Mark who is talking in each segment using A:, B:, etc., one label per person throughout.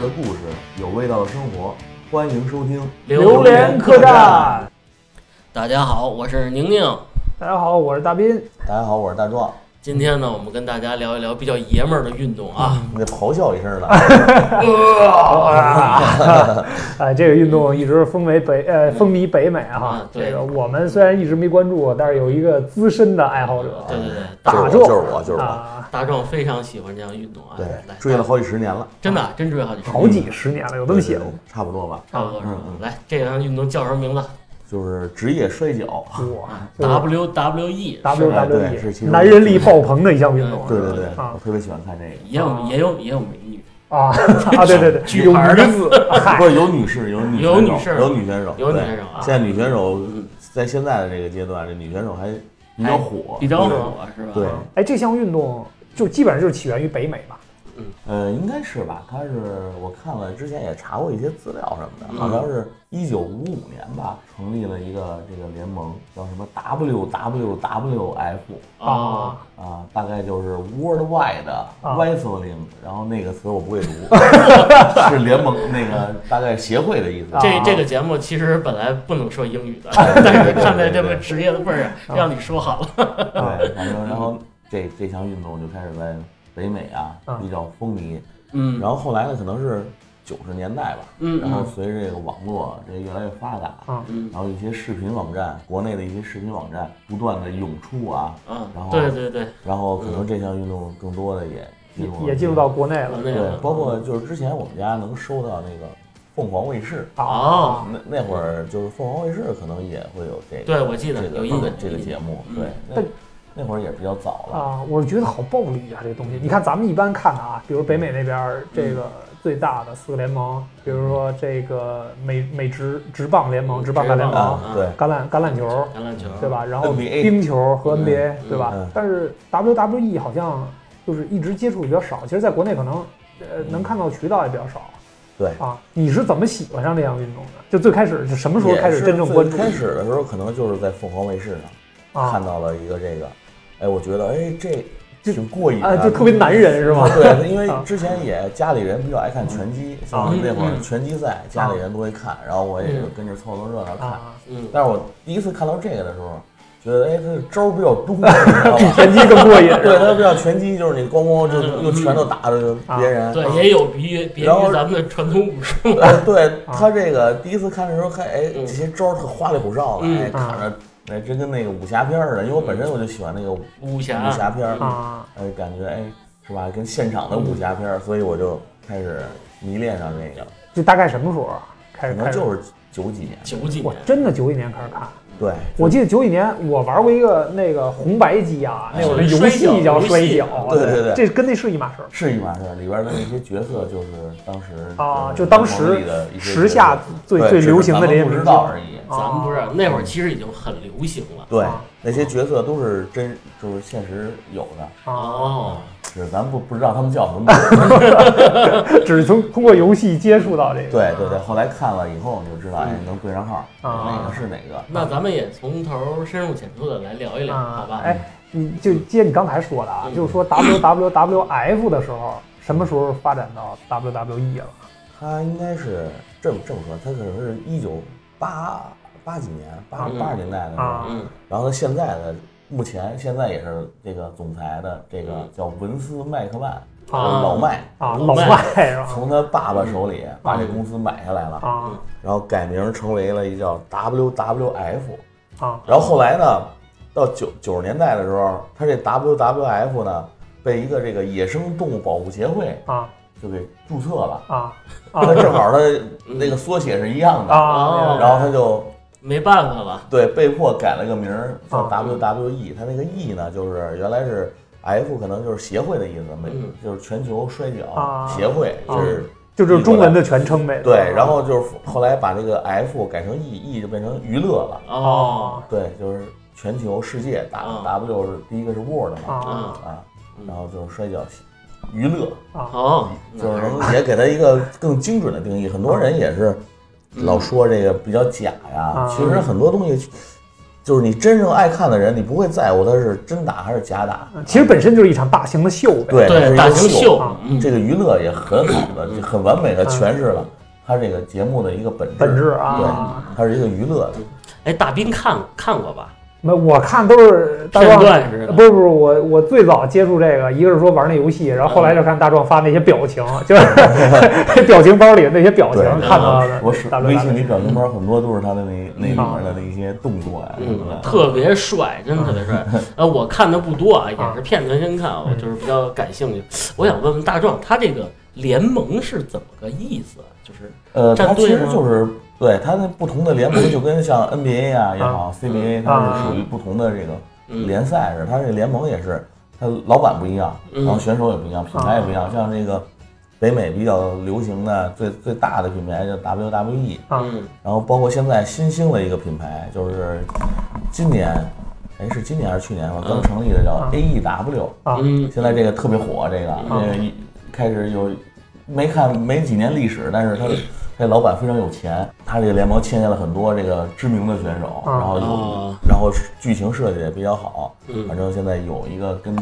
A: 的故事，有味道的生活，欢迎收听。
B: 榴莲客栈。
C: 大家好，我是宁宁。
B: 大家好，我是大斌。
A: 大家好，我是大壮。
C: 今天呢，我们跟大家聊一聊比较爷们儿的运动啊。
A: 你这咆哮一声了，
C: 哦
B: 啊， 哎，这个运动一直风靡北呃风靡北美哈
C: 嗯。对
B: 这个我们虽然一直没关注，但是有一个资深的爱好者
A: 嗯
C: 对对对，大
B: 打
A: 就是我
B: 住
A: 就是我，就是我。
B: 啊，
C: 大壮非常喜欢这项运动啊。
A: 对
C: 来，，
A: 追了好几十年了，
C: 真的啊真追好几十
B: 好几十年了，有这么写过吗？
A: 差不多吧，
C: 差不多是吧
A: 嗯？
C: 来，这项运动叫什么名字
A: 就是职业摔跤。
B: 哇
A: 嗯
B: 就是
C: ？WWE。
A: 哎对是其
B: WWE
A: 中
B: E，男人力爆棚的一项运动啊
A: 对对对，
B: 啊
C: 嗯
A: 我特别喜欢看这个，
C: 也有也有也有美女，
B: 啊啊！对对对，
C: 举
B: 有
C: 牌的
B: 女子，嗨
A: 不，是有女士，有女
C: 有
A: 选
C: 女
A: 手
C: 士
A: 有女选手，
C: 有女
A: 对
C: 选手啊
A: 现在女选手
C: 嗯
A: 在现在的这个阶段，这女选手还比较火，
C: 比较火啊是吧？
A: 对，
B: 哎，这项运动就基本上就是起源于北美吧？
A: 呃，应该是吧？他是我看了之前也查过一些资料什么的，
C: 嗯
A: 好像是一九五五年吧，成立了一个这个联盟，叫什么 WWWF
C: 啊，
A: 啊，大概就是 Worldwide 的
B: 啊
A: Wrestling，、然后那个词我不会读，是联盟那个大概协会的意思。
C: 啊这这个节目其实本来不能说 英语的，但是 看在这位职业的份儿上，让你说好了。
A: 对，反正然后这这项运动就开始在北美啊
B: 啊
A: 比较风靡，
C: 嗯
A: 然后后来呢，可能是九十年代吧，
C: 嗯
A: 然后随着这个网络这越来越发达，
B: 啊
C: 嗯
A: 然后一些视频网站，国内的一些视频网站不断的涌出啊，
C: 嗯
A: 然，后
C: 对对对，
A: 然后可能这项运动更多的也进入了
B: 也进入到国内了
C: 那
A: 对
C: 个，嗯
A: 包括就是之前我们家能收到那个凤凰卫视，
C: 哦
A: 那那会儿就是凤凰卫视可能也会有这个，
C: 对我记得
A: 这个
C: 有印
A: 这
C: 象
A: 个
C: 有
A: 这个
C: 印
A: 节
C: 象
A: 目，
C: 嗯
A: 对，那那会儿也比较早了，
B: 啊，我是觉得好暴力啊，这东西。你看咱们一般看的啊，比如北美那边儿这个最大的四个联盟，比如说这个美美职职棒联盟、职棒大联
C: 嗯
B: 盟、
A: 啊
C: 啊，
A: 对，
B: 橄榄橄榄球，
C: 橄榄球，
B: 对吧？然后
A: NBA
B: 冰球和 NBA，对吧
A: 嗯？
B: 但是 WWE 好像就是一直接触比较少，其实在国内可能呃能看到渠道也比较少。
A: 对
B: 啊，你是怎么喜欢上这项运动的？就最开始是什么时候
A: 也
B: 开始
A: 是
B: 真正
A: 最
B: 关注
A: 开始的时候可能就是在凤凰卫视上看
B: 啊？
A: 到了一个这个，哎，我觉得哎这挺过瘾
B: 啊，
A: 的，
B: 就特别男人是吗？
A: 呃 对，因为
B: 啊
A: 之前也家里人比较爱看拳击，像我们那会儿拳击赛，家里人都会看，然后我也就跟着凑凑热闹看。
B: 啊，
C: 嗯，
A: 但是我第一次看到这个的时候，觉得哎，他的招儿比较多，你知 道吧？
B: 拳击更过瘾。
A: 对，他不像拳击，就是你咣咣就用拳头打着别人。
C: 啊对，也有别于别
A: 然后
C: 于咱们的传统武术，
A: 哎，对他这个第一次看的时候，还哎这些招儿特花里胡哨的，
C: 嗯
A: 哎看着哎真跟那个武侠片儿似的。因为我本身我就喜欢那个武
C: 武侠，
A: 侠片儿，
B: 啊，
A: 哎感觉哎是吧，跟现场的武侠片儿，所以我就开始迷恋上这个。
B: 就大概什么时候啊开
A: 可
B: 始
A: 能
B: 开始？
A: 就是九几年，
C: 九几
B: 我
C: 年，
B: 真的九几年开始看，
A: 对，
B: 我记得九几年我玩过一个那个红白机啊，那有个游戏叫摔跤，
A: 啊对对对
B: 这跟那是一码事儿
A: 是一码事儿。里边的那些角色就是当时
B: 啊
A: 呃
B: 就当
A: 联盟里
B: 时
A: 的一些
B: 时
A: 角
B: 下
A: 色
B: 最
A: 对
B: 最
A: 只
B: 流
A: 是
B: 行
A: 咱
B: 的
A: 们不
B: 这些啊明
A: 知
B: 星
A: 道而已。
C: 咱们不 是那会儿其实已经很流行了。
A: 对
B: 啊，
A: 那些角色都是真，就是现实有的，
B: 啊，
C: 哦，
A: 只是咱不不知道他们叫什么名儿。
B: 只是从通过游戏接触到这 个。
A: 对对对，后来看了以后你就知道，哎，能对上号，
B: 啊
A: 哪个是哪个。
C: 那咱们也从头深入浅出的来聊一聊，好
B: 啊，
C: 吧？
B: 哎，你就接你刚才说的啊，
C: 嗯
B: 就是说 WWWF 的时候，什么时候发展到 WWE 了？
A: 他应该是这么这么说，他可能是一九八八几年，八
C: 嗯
A: 八十年代的时候
B: 啊，
C: 嗯，
A: 然后他现在的目前现在也是这个总裁的这个
C: 嗯
A: 叫文斯麦克曼，
B: 啊
A: 老麦，
B: 啊，
C: 老
B: 老
C: 麦
B: 外是吧？
A: 嗯从他爸爸手里把这公司买下来了，
B: 啊
A: 然后改名成为了一叫 WWF，
B: 啊
A: 然后后来呢，到九九十年代的时候，他这 WWF 呢被一个这个野生动物保护协会
B: 啊
A: 就给注册了，
B: 啊
A: 他
B: 啊
A: 正 好他那个缩写是一样的，
B: 啊！
C: 哦
A: 然后他就
C: 没办法了，
A: 对，被迫改了个名儿叫
B: 啊
A: WWE，它那个 E 呢，就是原来是 F 可能就是协会的意思，美
C: 嗯
A: 就是全球摔跤
B: 啊
A: 协会，
B: 啊
A: 就是
B: 就这是中文的全称呗。
A: 对，然后就是后来把这个 F 改成 E，E 就变成娱乐了，
C: 哦，
A: 对，就是全球世界打
C: 啊
A: W 是第一个是 World
C: 哦
A: 嘛
B: 嗯啊
A: 啊，
C: 嗯
A: 然后就是摔跤娱乐，
B: 啊
C: 哦，
A: 就是能也给它一个更精准的定义，很多人也是老说这个比较假呀，
B: 啊
A: 其实很多东西。就是你真正爱看的人，你不会在乎他是真打还是假打。
B: 嗯其实本身就是一场大型的秀
A: 对
B: 呗。
A: 它是
C: 对，
A: 一
C: 大
A: 个
C: 型
A: 秀
C: 秀
B: 啊，
C: 嗯
A: 这个娱乐也很好 的，就很完美的诠释了它这个节目的一个本质。
B: 本质啊
A: 对，它是一个娱乐的。
C: 哎，大兵看看过吧？
B: 那我看都是大
C: 片
B: 壮，
C: 段似
B: 不
C: 的。
B: 是不是，我我最早接触这个，一个是说玩那游戏，然后后来就看大壮发那些表情， 就 是表情包里的那些表情
A: 对
B: 看到的。
A: 我是
B: 大壮
A: 微
B: 大嗯
A: 信
B: 壮
A: 里表情包很多都是他的那那里面的那些动作呀什么
C: 嗯，
A: 的。
C: 特别帅，真的特别 帅。呃，我看的不多啊，也是片段先看，啊我
B: 嗯
C: 就是比较感兴趣。我想问问大壮，他这个联盟是怎么个意思啊？就是
A: 呃，它
C: 战队
A: 其实
C: 吗嗯
A: 就是对它那不同的联盟，就跟像 NBA 啊也好，CBA
C: 啊
A: 它是属于不同的这个
C: 嗯
A: 联赛似的。它这联盟也是，它老板不一样，
C: 嗯
A: 然后选手也不一样，品牌也不一
C: 啊
A: 样。像这个北美比较流行的最最大的品牌叫 WWE，
B: 啊
C: 嗯
A: 然后包括现在新兴的一个品牌，就是今年，哎，是今年还是去年吧，刚成立的叫 E
B: 嗯
A: AEW，
B: 啊
C: 嗯，
A: 现在这个特别火，这个
B: 嗯
A: 这个一开始有没看没几年历史，但是他这老板非常有钱，他这个联盟签下了很多这个知名的选手，
B: 嗯
A: 然后有
C: 哦
A: 然后剧情设计也比较好，
C: 嗯
A: 反正现在有一个跟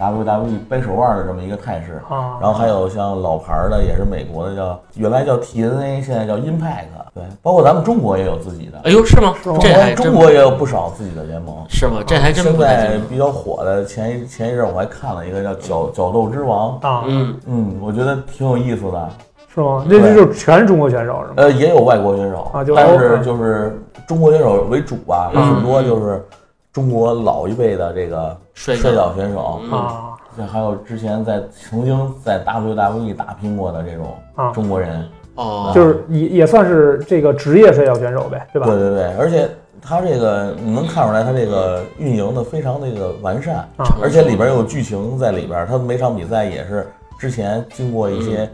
A: WWE 掰手腕的这么一个态势，
B: 啊
A: 然后还有像老牌儿的，也是美国的，叫原来叫 TNA，现在叫 Impact。对，包括咱们中国也有自己的，
C: 哎呦，是吗
B: 是吗？
C: 这还真
A: 中国也有不少自己的联盟。
C: 是吗？这还真
A: 现
C: 不太
A: 在
C: 清楚。
A: 比较火的前一前一阵儿我还看了一个叫角角斗之王，
B: 啊，
C: 嗯，
A: 嗯，我觉得挺有意思的。
B: 是吗？那这
A: 对
B: 就是全是中国选手是吗？
A: 呃，也有外国选手，
B: 啊就
A: 但
B: 欧
A: 是
B: 美
A: 就是中国选手为主吧，有很
C: 嗯
A: 多就是中国老一辈的这个
C: 摔
A: 摔
C: 跤
A: 跤选手，
C: 嗯
B: 啊
A: 像还有之前在曾经在 WWE 打拼过的这种
B: 啊，
A: 中国人。
C: 哦，
B: 就是也也算是这个职业摔跤选手呗，对吧？
A: 对对对，而且它这个你能看出来，它这个运营的非常那个完善，
B: 啊
C: 成熟
A: 而且里边有剧情在里边，它每场比赛也是之前经过一些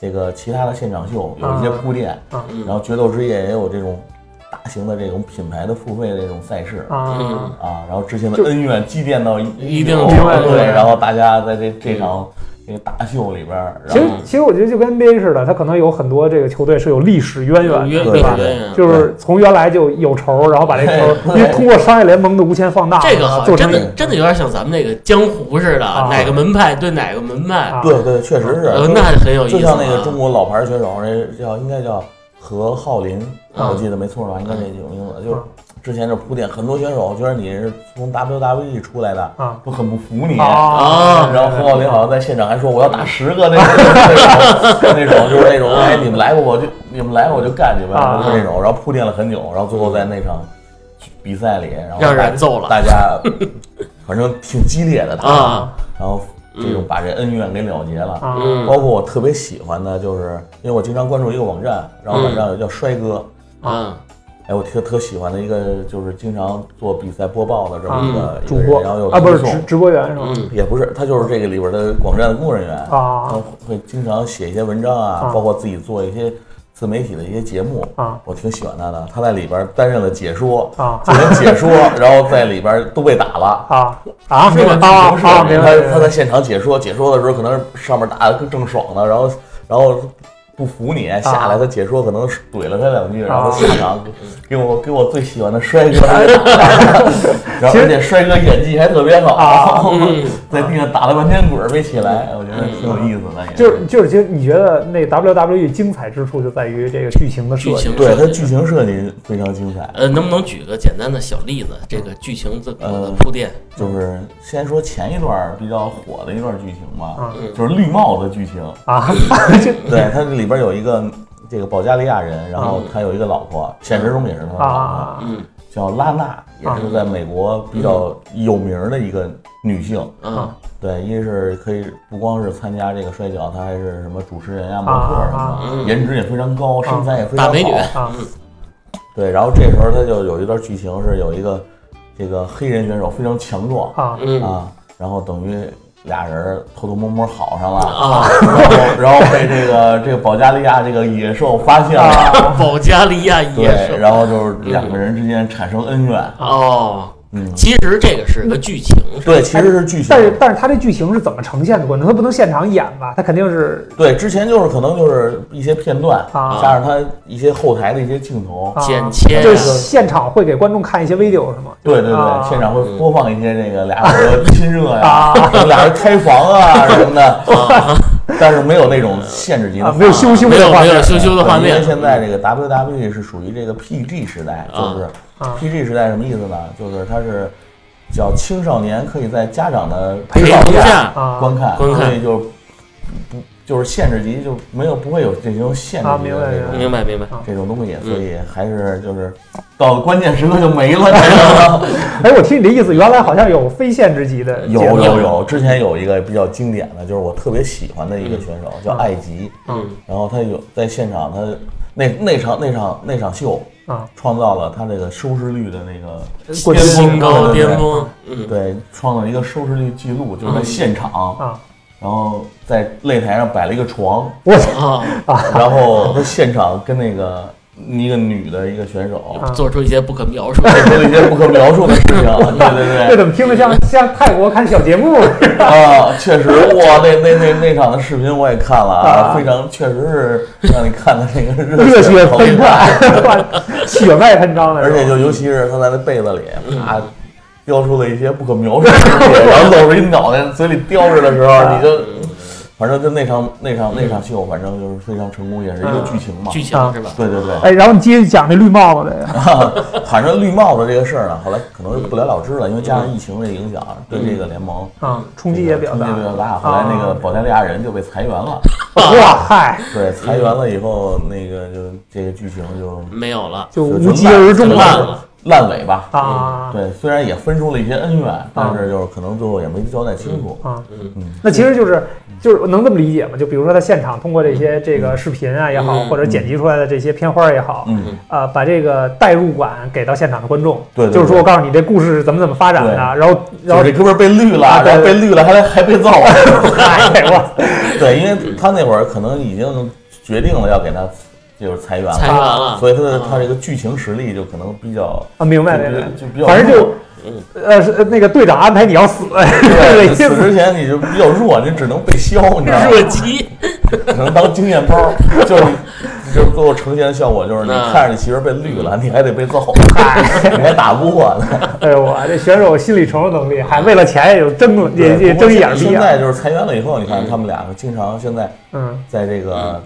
A: 这个其他的现场秀有一些铺垫，
C: 嗯
A: 然后决斗之夜也有这种大型的这种品牌的付费的这种赛事。
B: 啊
C: 嗯
A: 啊，然后之前的
B: 就
A: 恩怨积淀到
C: 一定
A: 程
C: 程
A: 度
C: 度
A: 对，
B: 对
A: 然后大家在这这场这个大秀里边，
B: 其
A: 然
B: 实
A: 后
B: 其实我觉得就跟 NBA 似的，他可能有很多这个球队是有历史渊源的，
C: 约
A: 对
B: 对吧
A: 对？
B: 就是从原来就有仇，然后把这仇，
A: 对
B: 因为通过商业联盟的无限放大，
C: 这个好，
B: 做
C: 像
B: 成
C: 真
B: 一
C: 的真的有点像咱们那个江湖似的，
B: 啊
C: 哪个门派对哪个门派，
B: 啊
A: 对对，确实是，
C: 呃，那很有意思
A: 就
C: 啊。
A: 像那个中国老牌选手，那叫应该叫何浩林，
C: 嗯
A: 我记得没错吧？应该这有名字。就是之前这铺垫，很多选手觉得你是从 WWE 出来的，
C: 嗯
B: 啊
A: 都很不服你。嗯
C: 啊
A: 然后何浩林好像在现场还说我要打十个那种那种那种就是那种哎你们来吧我就你们来吧我就干你们
B: 啊
A: 就是那种，然后铺垫了很久，然后最后在那场比赛里，然后
C: 让
A: 大
C: 人揍了
A: 大家反正挺激烈的他，
C: 啊，
A: 然后这种把这恩怨给了结了。
B: 啊
C: 嗯
A: 包括我特别喜欢的，就是因为我经常关注一个网站，然后网站有叫衰哥，
C: 嗯
A: 哎，我特特喜欢的一个就是经常做比赛播报的这么一个一个
B: 主
A: 人
B: 播
A: 然后有
B: 啊，不是
A: 推
B: 直
A: 送
B: 直播员是吧？
C: 嗯
A: 也不是，他就是这个里边的网站的工作人员，他
B: 啊
A: 会经常写一些文章啊
B: 啊，
A: 包括自己做一些自媒体的一些节目，
B: 啊
A: 我挺喜欢他的，他在里边担任了解说，
B: 啊
A: 做成解说，然后在里边都被打了。
B: 啊啊！
A: 是吧？
B: 啊啊！
A: 他
B: 明白
A: 他在现场解说，解说的时候可能上面打的更正爽呢，然后然后不服你，下
B: 啊
A: 来他解说可能怼了他两句，然后他现场给我给我最喜欢的摔哥 打了，然后而且摔哥演技还特别
B: 啊
A: 好， 在地上打了半天滚儿没起来，我觉得挺有意思的也。
B: 嗯就是就是，其实你觉得那 WWE 精彩之处就在于这个剧情的设
C: 剧
B: 计
C: 情
A: 对他
C: 设计
A: 剧情设计非常精彩，
C: 呃，能不能举个简单的小例子？这个剧情这个铺垫，
A: 就是先说前一段比较火的一段剧情吧，
B: 啊
A: 就是绿帽子剧情。
B: 啊！这
A: 对，它里边有一个这个保加利亚人，然后他有一个老婆，现实中也是他的
B: 嗯啊
A: 老
B: 啊
C: 嗯
A: 婆，叫拉娜，也是在美国比较有名的一个女性。
C: 啊
A: 对，一是可以不光是参加这个摔跤，她还是什么主持人呀、模特
B: 啊
A: 儿什
B: 啊
A: 么的，
C: 嗯
A: 颜值也非常高，身材也非常
C: 大
A: 好。
C: 美女
B: 啊
A: 对，然后这时候他就有一段剧情是有一个这个黑人选手非常强壮
B: 啊
C: 嗯
A: 啊，然后等于俩人偷偷摸摸好上了。
C: 啊，
A: 然后 然后被这个这个保加利亚这个野兽发现了，
B: 啊
C: 保加利亚 野
A: 对，
C: 兽
A: 然后就是两个人之间产生恩怨，
C: 哦，
A: 嗯，
C: 其实这个是个剧情，是吧
A: 对，其实是剧情
B: 嗯但。是但是他这剧情是怎么呈现的观众？他不能现场演吧？他肯定是
A: 对，之前就是可能就是一些片段，
B: 啊
A: 加上他一些后台的一些镜头，
B: 啊
C: 剪切
B: 就是
A: 啊
B: 现场会给观众看一些 video 是吗？
A: 对对
B: 啊
A: 对，现场会
C: 嗯
A: 播放一些这个俩人的亲热呀
B: 啊，
A: 俩人开房 啊什么的，
C: 啊
A: 但是没有那种限制级的
B: 啊，
A: 画
B: 没有
A: 面
B: 羞羞
C: 没
B: 的
C: 有
B: 画
C: 没
B: 面
C: 有羞羞的画
A: 因
C: 面
A: 为。现在这个 WWE 是属于这个 PG 时代，
C: 啊
A: 就是 PG
B: 啊
A: 时代什么意思呢？就是它是叫青少年可以在家长的
B: 陪
A: 同
B: 同
C: 下
B: 啊
A: 观看，
C: 观看
A: 所以就不就是限制级就没有不会有这种限制
B: 啊
A: 级
B: 明白
A: 的这种
B: 明白
C: 明白明白，
A: 这种东西，
C: 嗯
A: 所以还是就是到关键时刻就没了，你知道 吗？
B: 哎，我听你的意思，原来好像有非限制级的
A: 有
B: 节奏
A: 有有，之前有一个比较经典的，就是我特别喜欢的一个选手叫艾吉，
C: 嗯
A: 然后他有在现场他那那场那场那场秀。
B: 啊，
A: 创造了他这个收视率的那个
B: 过
A: 巅峰
C: 新高
A: 对对
C: 巅峰，嗯，
A: 对，创造了一个收视率记录，就是在
C: 嗯
A: 现场，
B: 啊
A: 然后在擂台上摆了一个床，
B: 我
C: 啊，
A: 然后他现场跟那个一个女的一个选手
B: 啊
C: 做出一些不可描述的
A: 做出了一些不可描述的事情，对
B: 这
A: 对
B: 怎么听 着像像泰国看小节目似的？
A: 对，啊，确实，哇，那那那那场的视频我也看了
B: 啊
A: 啊，非常确实是让你看的那个
B: 热血
A: 腾
B: 喷
A: 腾，
B: 溅， 血脉喷张的是
A: 而
B: 吧，
A: 且就尤其是他在那被子里啪。叼出了一些不可描述的东西，然后露出一脑袋，嘴里叼着的时候，你就，反正就那场那场那场秀，反正就是非常成功，也是一个剧情嘛。
C: 剧情
B: 啊
C: 是吧？
A: 对对对，
B: 哎，然后你接着讲这绿帽子 的，
A: 反正绿帽子这个事儿呢，后来可能是不了了之了，因为加上疫情的影响，对这个联盟
B: 啊，冲击也比较大哦
A: 冲击比较大。后来那个保加利亚人就被裁员了，
B: 啊哇嗨，
A: 对，裁员了以后，那个就这个剧情就
C: 没有了，
B: 就
A: 就
B: 无疾
A: 就烂
B: 而终
A: 就
C: 了
A: 烂烂尾吧。
B: 啊
A: 对，虽然也分出了一些恩怨，但是就是可能最后也没交代清楚。
B: 啊
A: 嗯，
B: 那其实就是就是能这么理解吗？就比如说他现场通过这些这个视频啊也好，
C: 嗯
B: 或者剪辑出来的这些片花也好，
A: 嗯，
B: 啊，把这个代入感给到现场的观众，
A: 对对对
B: 就是说我告诉你这故事是怎么怎么发展的，然后然
A: 然后
B: 后
A: 这哥们儿被绿
B: 啊
A: 了，
B: 对
A: 然后被绿了还还被揍。
B: 嗨，我
A: 对，因为他那会儿可能已经决定了要给他就是裁员
C: 裁
A: 了，
C: 员了，
A: 所以他的他这个
C: 个
A: 剧情实力就可能比较
B: 啊，明
A: 就
B: 白明白。
A: 就比较弱，
B: 反正就
C: 嗯，
B: 呃，是呃那个队长安排你要死，这
A: 对
B: 意
A: 死
B: 思。
A: 之前你就比较弱，你只能被削，你知道吗？
C: 热鸡，
A: 只能当经验包，就是就是最后呈现的效果就是你
C: 那
A: 看着你媳妇儿被绿了，你还得被揍，你还打不过呢。
B: 哎呦我这选手心理承受能力，还为了钱也就争了，也也
A: 不过
B: 睁一眼闭一
A: 现在
B: 眼。
A: 就是裁员了以后，你看
C: 嗯
A: 他们俩经常现在
B: 嗯
A: 在这个
C: 嗯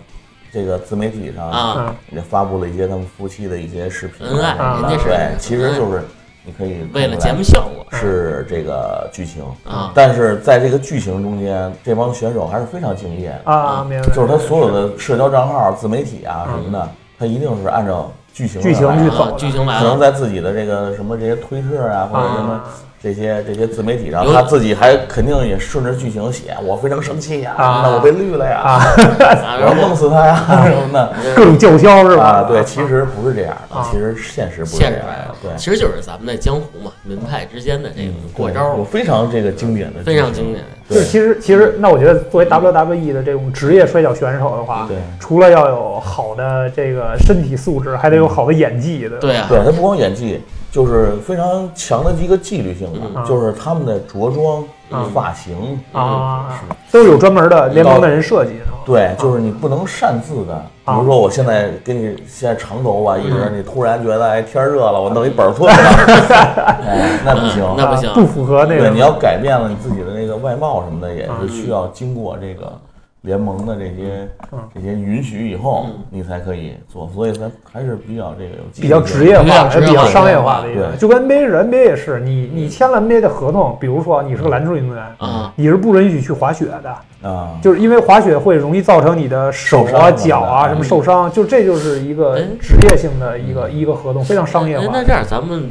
A: 这个自媒体上
C: 啊
B: 嗯，
A: 也发布了一些他们夫妻的一些视频啊，
C: 恩爱
A: 什么的
B: 人
C: 是
B: 家
C: 嗯
A: 对，其实就是你可以
C: 为了
A: 看出来
C: 节目效果
A: 是这个剧情嗯
C: 啊
A: 但是在这个剧情中间，这帮选手还是非常敬业的，
B: 啊，明白。
A: 就是他所有的社交账号、自媒体啊什么的，他一定是按照剧情
B: 嗯剧情
A: 来
B: 去
A: 的
B: 走了
C: 啊，剧情来
A: 可能
C: 了，
A: 在自己的这个什么这些推特啊，或者什么
B: 啊
A: 这些这些自媒体上，
C: 有
A: 他自己还肯定也顺着剧情写，我非常生气呀，
B: 啊
A: 那我被绿了呀，
B: 啊，
C: 啊
A: 我
C: 然
A: 要
C: 后
A: 弄死他呀什么的。
B: 各种叫嚣是吧？
A: 啊，对，其实不是这样的
B: 啊，
A: 其实现实不是这
C: 现实
A: 样
C: 来了
A: 的，，对，嗯
C: 其实就是咱们的江湖嘛，门派之间的这个过招
A: 有
C: 儿，
A: 非常这个经典的，
C: 非常经。典。
B: 就是
A: 对，
B: 其实其实，那我觉得作为 WWE 的这种职业摔跤选手的话，
A: 对
B: 除了要有好的这个身体素质，还
A: 嗯
B: 得有好的演技的。
C: 对啊，
A: 对他不光演技，就是非常强的一个纪律性
B: 嗯
A: 吧，就是他们的着装
B: 嗯、
A: 发型，
B: 啊，
A: 嗯
B: 都是有专门的联盟的人设计的。啊是吧
A: 对，就是你不能擅自的，比如说我现在给你现在长头发一直，你突然觉得哎天儿热了，我弄一板寸吧，哎，那不行。
C: 那不行
B: 啊不符合那
A: 对，
B: 个
A: 你要改变了你自己的那个外貌什么的，也是需要经过这个联盟的这些
B: 嗯
A: 这些允许以后
C: 嗯，
A: 你才可以做，所以咱还是比较这个有纪律
B: 比
A: 性
B: 较职业
C: 比较
B: 化，
C: 职
B: 也
C: 业化
B: 比较商业化的一个，
A: 对
B: 就跟 NBA 是 NBA 也是，你你签了 NBA 的合同，比如说你是个篮球运动员，
C: 啊，
B: 你是不允许去滑雪的，
A: 啊，
B: 就是因为滑雪会容易造成你的手
A: 受
B: 啊、
A: 伤
B: 脚啊
A: 嗯
B: 什么受伤，就这就是一个
C: 哎嗯
B: 职业性的一个一个合同，非常商业
C: 哎
B: 化
C: 那这样咱们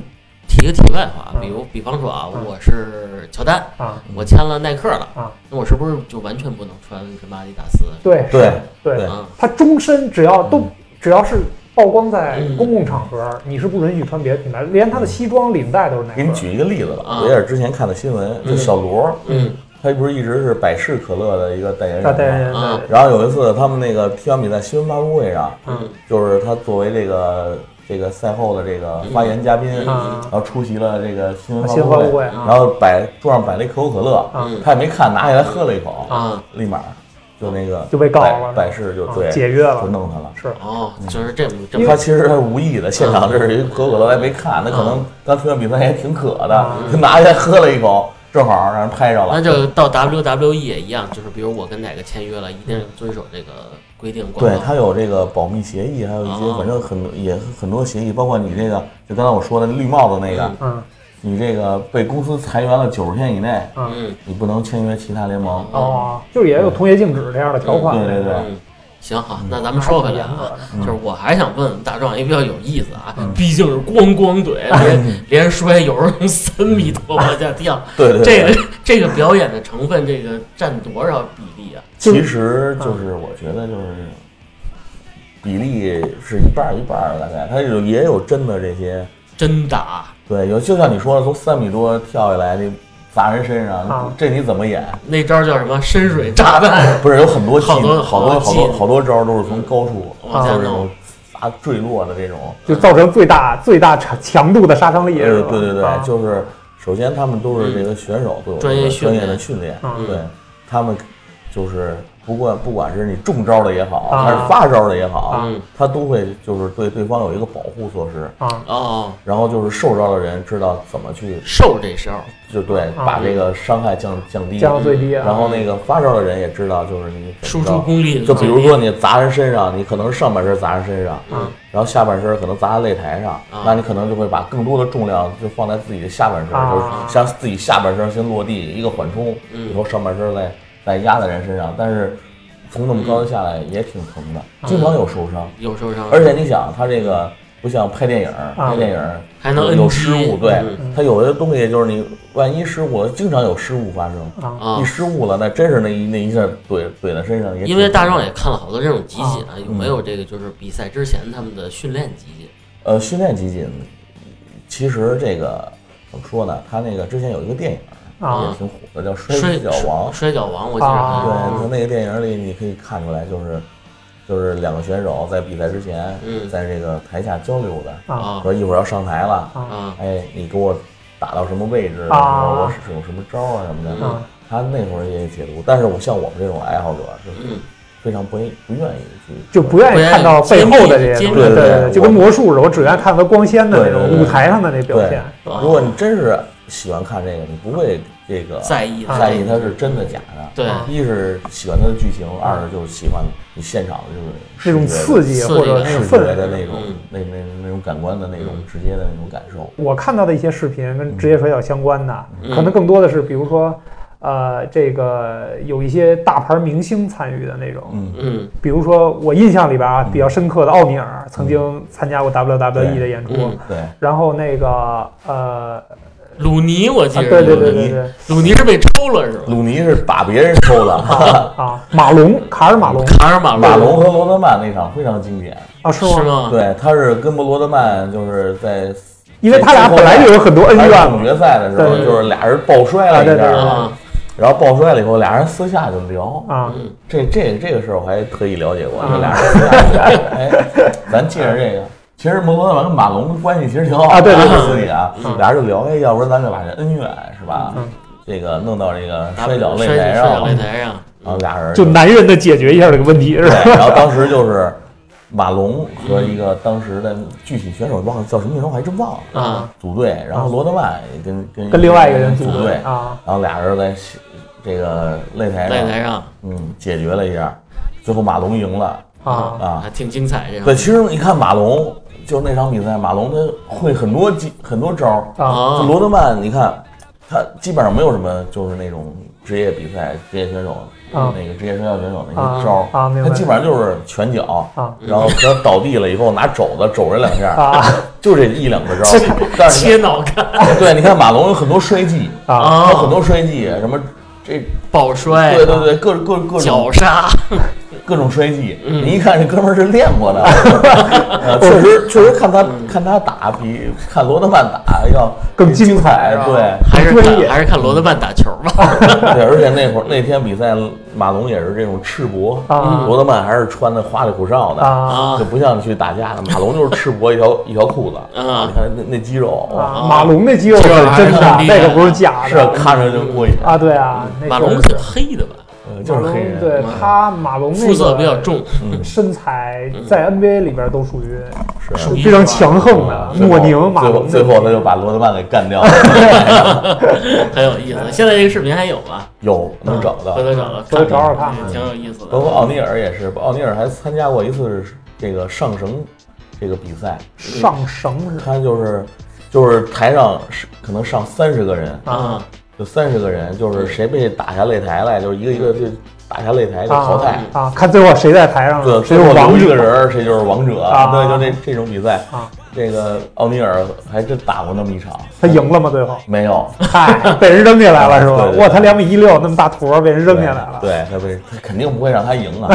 C: 提个题外话，
B: 嗯
C: 比如比方说啊，
B: 嗯
C: 我是乔丹，
B: 啊
C: 我签了耐克了
B: 啊，
C: 那我是不是就完全不能穿什么阿迪达斯？
B: 对
A: 对
B: 对
A: 对嗯
C: 啊，
B: 他终身只要都只要是曝光在
C: 嗯
B: 公共场合，你是不允许穿别的品牌，连
A: 嗯
B: 他的西装领带都是耐
A: 给你
B: 克。
A: 举一个例子
C: 啊
A: 吧，我也是之前看的新闻，就
C: 嗯
A: 小罗，
C: 嗯
A: 他不是一直是百事可乐的一个代言人
B: 他
A: 吗？
B: 代言人
C: 啊
B: 对
A: 然后有一次他们那个踢完比赛新闻发布会上，
B: 嗯
A: 就是他作为这个这个赛后的这个发言嘉宾，
B: 啊
A: 然后出席了这个新闻
B: 新闻
A: 发
B: 发
A: 布
B: 布
A: 会，
B: 会啊
A: 然后摆桌上摆了一可口可乐，
B: 啊
A: 他也没看，拿起来喝了一口，
C: 啊，
A: 立马就那个
B: 嗯就被告了
A: 百百事就对
B: 啊解约了
A: 就弄他了。
B: 是
C: 哦，就是这么这
A: 他
C: 么
A: 其实他是无意的，现
B: 嗯
A: 场这是一可口可乐，还没看，他可能刚听完比赛也挺渴的
B: 啊，
A: 就拿起来喝了一口，正好让人拍着
C: 那
A: 了。
C: 就到 WWE 也一样，就是比如我跟哪个签约了，一定遵守这个规定广
A: 对
C: 告。
A: 他有这个保密协议，还有一些
C: 啊
A: 反正很多也很多协议，包括你这个，就刚才我说的绿帽子那个，
B: 嗯
A: 你这个被公司裁员了九十天以内，
B: 嗯
C: 嗯，
A: 你不能签约其他联盟。
B: 哦，就是也有同业禁止这样的条款，
A: 对对对
C: 嗯，行好，那咱们说回来啊，
A: 嗯
C: 就是我还想问大壮，也比较有意思啊，毕竟是咣咣怼，
A: 嗯
C: 连 连摔，有时候从三米多往下跳，
A: 对对
C: 这
A: 对，
C: 个这个表演的成分，这个占多少比例啊？
A: 其实就是我觉得就是比例是一半儿一半儿，大概他有也有真的这些。
C: 真啊打
A: 对，有就像你说的，从三米多跳下来，你砸人身上，
B: 啊
A: 这你怎么演？
C: 那招叫什么？深水炸弹
A: 不是有很多技
C: 好多
A: 好多
C: 好
A: 好
C: 多
A: 多好多招都是从高处，
C: 往下
A: 就是那
C: 弄
A: 种砸坠落的这种。
B: 就造成最大最大强强度的杀伤力，是
A: 呃
B: 吧
A: 对对
B: 啊
A: 对，就是首先他们都是这个选手都有
C: 专业
A: 这个
C: 训
A: 专
C: 练
A: 业的训练
B: 嗯，
A: 对他们就是不管不管是你中招的也好，
B: 啊
A: 还是发招的也好
C: 嗯，
A: 他都会就是对对方有一个保护措施。
B: 啊
C: 哦，
A: 然后就是受招的人知道怎么去，
C: 受这招，
A: 就对，
B: 啊
A: 把这个伤害降降低，
B: 降到最低啊
A: 然后那个发招的人也知道，就是你
C: 输出功力
A: 嗯就比如说你砸人身上，你可能是上半身砸人身上，
B: 嗯
A: 然后下半身可能砸在擂台上，
C: 啊
A: 那你可能就会把更多的重量就放在自己的下半身，
B: 啊
A: 就是像自己下半身先落地一个缓冲，
C: 嗯
A: 以后上半身再再压在人身上，但是从那么高下来也挺疼的，经常有受伤，
C: 有受伤，
A: 而且你想他这个。不像拍电影，拍电影
C: 还能
A: 有
C: NG
A: 有失误，对
C: 嗯
A: 他有的东西就是你万一失误，经常有失误发生。
C: 啊
B: 啊
A: 一，失误了，那真是那一那一下怼怼在身上也挺疼的。
C: 因为大壮也看了好多这种集锦
A: 嗯
C: 啊，有没有这个就是比赛之前他们的训练集锦？
A: 呃，训练集锦，其实这个怎么说呢？他那个之前有一个电影
B: 啊
A: 也挺火的，叫《
C: 摔
A: 摔跤王》。
C: 摔跤王，我记
A: 对，
C: 得
B: 啊
C: 啊，
A: 从那个电影里你可以看出来，就是就是两个选手在比赛之前，
C: 嗯
A: 在这个台下交流的，
B: 啊
C: 啊
A: 说一会儿要上台了，
C: 啊
A: 哎，你给我打到什么位置，
B: 啊
A: 然后我使用什么招啊什么的。
B: 啊
A: 他那会儿也解读，但是我像我们这种爱好者是
C: 嗯，
A: 非常不愿不愿意去，
B: 就不愿
C: 不
B: 意
C: 愿意
B: 看到背后的这些
C: 揭
A: 揭秘
C: 秘
B: 东西，对
A: 对对
B: 对，
A: 对
B: 就跟魔术似的，我只愿看到光鲜的那
A: 对
B: 种
A: 对
B: 舞
A: 对
B: 台上的那表现。
A: 对，如果你真是喜欢看这个，你不会这个
C: 在意
B: 啊
C: 的
B: 嗯
A: 在意它是真的假的。
C: 对
A: 一是喜欢它的剧情，二是就是喜欢你现场的就是
B: 那嗯种刺激
C: 视觉的
B: 或者那种
A: 视
B: 氛
A: 觉的
B: 围，
A: 那种
C: 嗯
A: 那那那种感官的那种
C: 嗯
A: 直接的那种感受。
B: 我看到的一些视频跟职业摔跤相关的，
C: 嗯
B: 可能更多的是比如说，呃，这个有一些大牌明星参与的那种，
A: 嗯，
C: 嗯
B: 比如说我印象里边啊比较深刻的奥尼尔曾经参加过 WWE
A: 对
B: 的演出，
C: 嗯
A: 对，
B: 然后那个呃，
C: 鲁尼我记
B: 啊
C: 得，
B: 对对对
A: 鲁
B: 对
A: 尼
B: 对
C: 鲁尼是被抽了是吧？
A: 鲁尼是把别人抽 的。
B: 啊，马龙卡尔马龙
C: 卡尔马
A: 马龙和罗德曼那场非常经典，
B: 啊是
C: 是
B: 吗？
C: 吗？
A: 对，他是跟罗德曼就是在
B: 因为他俩本来就有很多恩
A: 还
B: 怨
A: 是
B: 嘛
A: 总决赛的时候，
B: 对
A: 就是俩人抱摔了
B: 啊对
A: 一
B: 对对
A: 下，
C: 啊，
A: 然后抱摔了以后，俩人私下就聊，
B: 啊
C: 嗯
A: 这这这个事儿我还特意了解过，
B: 啊
A: 这俩人，哎，咱借着这个，其实摩托曼跟马龙的关系其实挺好
B: 啊对对
C: 对
A: 私底啊
B: 嗯，
A: 俩人就聊，哎，要不然咱就把这恩怨是吧
B: 嗯，
A: 这个弄到这个
C: 打
A: 摔跤擂
C: 嗯摔
A: 台
C: 跤
A: 上，
C: 擂
A: 然
C: 台上，
A: 后俩人
B: 就男人的解决一下这个问题是
A: 对
B: 吧？，
A: 然后当时就是马龙和一个当时的具体选手忘了叫什么名字，我还真忘了
C: 啊
A: 组队，然后罗德曼也跟跟
B: 跟另外一个人
A: 组
B: 组
A: 队，然
B: 啊
A: 后俩人在这个擂台
C: 擂台
A: 上，
C: 上
A: 嗯，解决了一下，最后马龙赢了
B: 啊
A: 啊。
C: 还挺精彩这
A: 对，
C: 场
A: 其实你看马龙，就是那场比赛，马龙他会很多技很多招儿。就
B: 啊
C: 啊，
A: 罗德曼，你看他基本上没有什么就是那种职业比赛、职业选手、
B: 啊
A: 那个职业摔跤选手那些招儿
B: 啊啊明白
A: 他基本上就是拳脚，
B: 啊
A: 然后他倒地了以后拿肘子肘这两下，
B: 啊
A: 就这一两个招儿。但是
C: 切脑干
A: 你看对，你看马龙有很多摔技，
B: 啊
A: 啊他有很
C: 啊，
A: 多摔技，什么这
C: 抱摔啊
A: 对，对对，各各各种
C: 绞杀，
A: 各种摔技，
C: 嗯
A: 你一看这哥们儿是练过 的，呃确实确实看他
B: 嗯
A: 看他打比看罗德曼打要
B: 更精彩
A: 彩，
B: 是吧
A: 对。
C: 还是
B: 专
C: 看
B: 业
C: 还是看罗德曼打球吧。
A: 对，而且那会儿那天比赛，马龙也是这种赤膊，
B: 啊
A: 罗德曼还是穿的花里胡哨的，
B: 啊
A: 就不像去打架的。马龙就是赤膊一条一条裤子，
C: 啊
A: 你看那那肌肉，哇
B: 啊！马龙那肌肉
C: 肌肉
B: 是
C: 还是
B: 真的
C: 很，厉害
B: 那个不是假
A: 是
B: 的
A: 看着就过瘾，
B: 啊！对啊，那
C: 马
B: 确
C: 龙
B: 实
C: 挺黑的吧，
A: 呃就
B: 马
A: 是
B: 龙
A: 黑人，
B: 对
C: 嗯
B: 他马龙那
C: 肤色
B: 个嗯
C: 比较重，
B: 身材在 NBA 里边都属于
A: 是嗯
C: 属于
B: 非常强横的
A: 最后
B: 莫宁、马
A: 最后
B: 龙那种。
A: 最后他就把罗德曼给干掉了，
C: 很有意思。现在这个视频还有
A: 嗯
C: 吧？
A: 有能找到
C: 回，头找找，
B: 回头找找看
C: 嗯挺有意思的。
A: 包括奥尼尔也是，奥尼尔还参加过一次这个上绳这个比赛，
B: 上绳是吧
A: 他就是就是台上是可能上三十个人，
C: 啊，
A: 就三十个人，就是谁被打下擂台来，就是一个一个就打下擂台就淘汰。
B: 啊，看最后谁在台上
A: 对，，
B: 谁
A: 最
B: 是
A: 后
B: 王
A: 留一
B: 者
A: 个人儿，谁就是王者。
B: 啊
A: 对，就这这种比赛，
B: 啊！
A: 这个奥尼尔还真打过那么一场。
B: 他赢了吗？最后，
A: 没有？
B: 嗨，被人扔下来了
A: 嗯
B: 是
A: 对
B: 吧
A: 对？对
B: 哇，他两米一六那么大坨儿被人扔下来了。
A: 对对他被他肯定不会让他赢啊，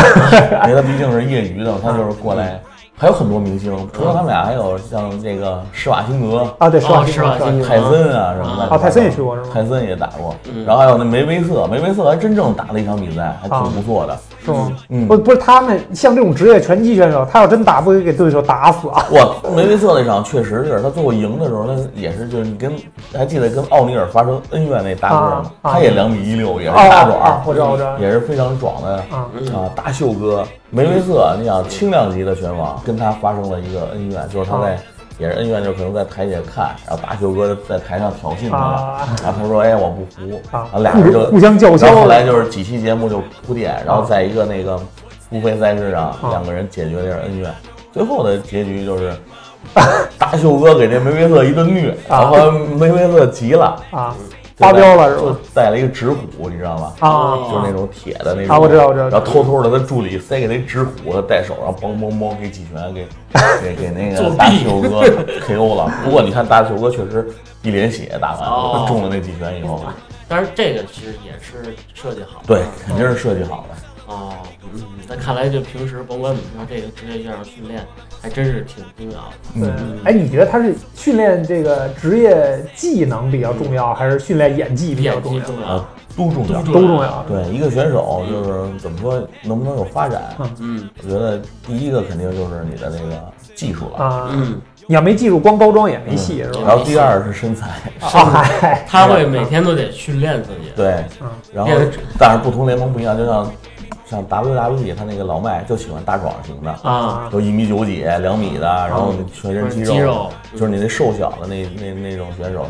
A: 因为他毕竟是业余的，他就是过
B: 嗯
A: 来。还有很多明星，除了他们俩，还有像这个施瓦辛格、
B: 啊，对，施瓦
C: 哦
B: 辛
C: 施瓦
B: 格
C: 辛格
A: 泰森啊什么的。
B: 啊泰森也去过是吗
A: 泰森也打过，然后还有那梅威瑟，梅威瑟还真正打了一场比赛，还
B: 啊
A: 挺不错的。
B: 是吗？
A: 嗯
B: 不，不是他们像这种职业拳击选手，他要真打，不得给对手打死啊？
A: 哇，梅威瑟那场确实是他最后赢的时候，他也是就是你跟还记得跟奥尼尔发生恩怨那大个儿吗？
B: 啊啊
A: 他也两米一六，也是
B: 啊
A: 大
B: 啊啊！
A: 壮，
B: 我知道，我知道。
A: 也是非常壮的
C: 嗯
B: 啊
A: 啊大秀哥梅威瑟，你想轻量级的拳王跟他发生了一个恩怨，就是他在。
B: 啊
A: 也是恩怨，就是可能在台底下看，然后大秀哥在台上挑衅他了
B: 啊，
A: 然后他说：“哎，我不服。”
B: 啊
A: 然后俩人就
B: 互互相叫嚣
A: 然后后来就是几期节目就铺垫，然
B: 啊
A: 后在一个那个付费赛事上，两个人解决这点恩怨，最后的结局就是大秀哥给这梅威瑟一顿虐，
B: 啊
A: 然后梅威瑟急了，
B: 啊，发飙了是吧？
A: 带了一个纸虎，你知道吗？
B: 啊
A: 就是那种铁的那种。
B: 啊我知道我知道
A: 然后偷偷的，他助理塞给那纸虎，他戴手上，嘣嘣嘣给几拳，给 给给那
C: 作
A: 个
C: 弊
A: 大秀哥 KO 了。不过你看大秀哥确实一脸血，打完
C: 哦
A: 他中了那几拳以后，
C: 当然这个其实也是设计好的。
A: 对，肯定是设计好的。
C: 哦，嗯，那看来就平时甭管怎么说，这个职业选手训练还真是挺重要的。
A: 嗯
B: 对，哎，你觉得他是训练这个职业技能比较重要，还是训练演技比较
C: 演
B: 重
C: 技
B: 要？
C: 重要
A: 啊，，都重要。
B: 都重要。
A: 对一个选手就是怎么说，能不能有发展？
C: 嗯
A: 我觉得第一个肯定就是你的那个技术了，
B: 啊，
C: 嗯，
B: 你要没技术，光包装也没戏，是吧？
A: 然后第二是身材，
B: 啊，嗨，
C: 他会每天都得训练自己。
A: 对
B: 嗯，
A: 然后但是不同联盟不一样，就像像 WWE 他那个老麦就喜欢大壮型的，
C: 啊，
A: 有一米九几、两米的，然后你全身肌
C: 肌肉
A: 就是你那瘦小的那那那种选手，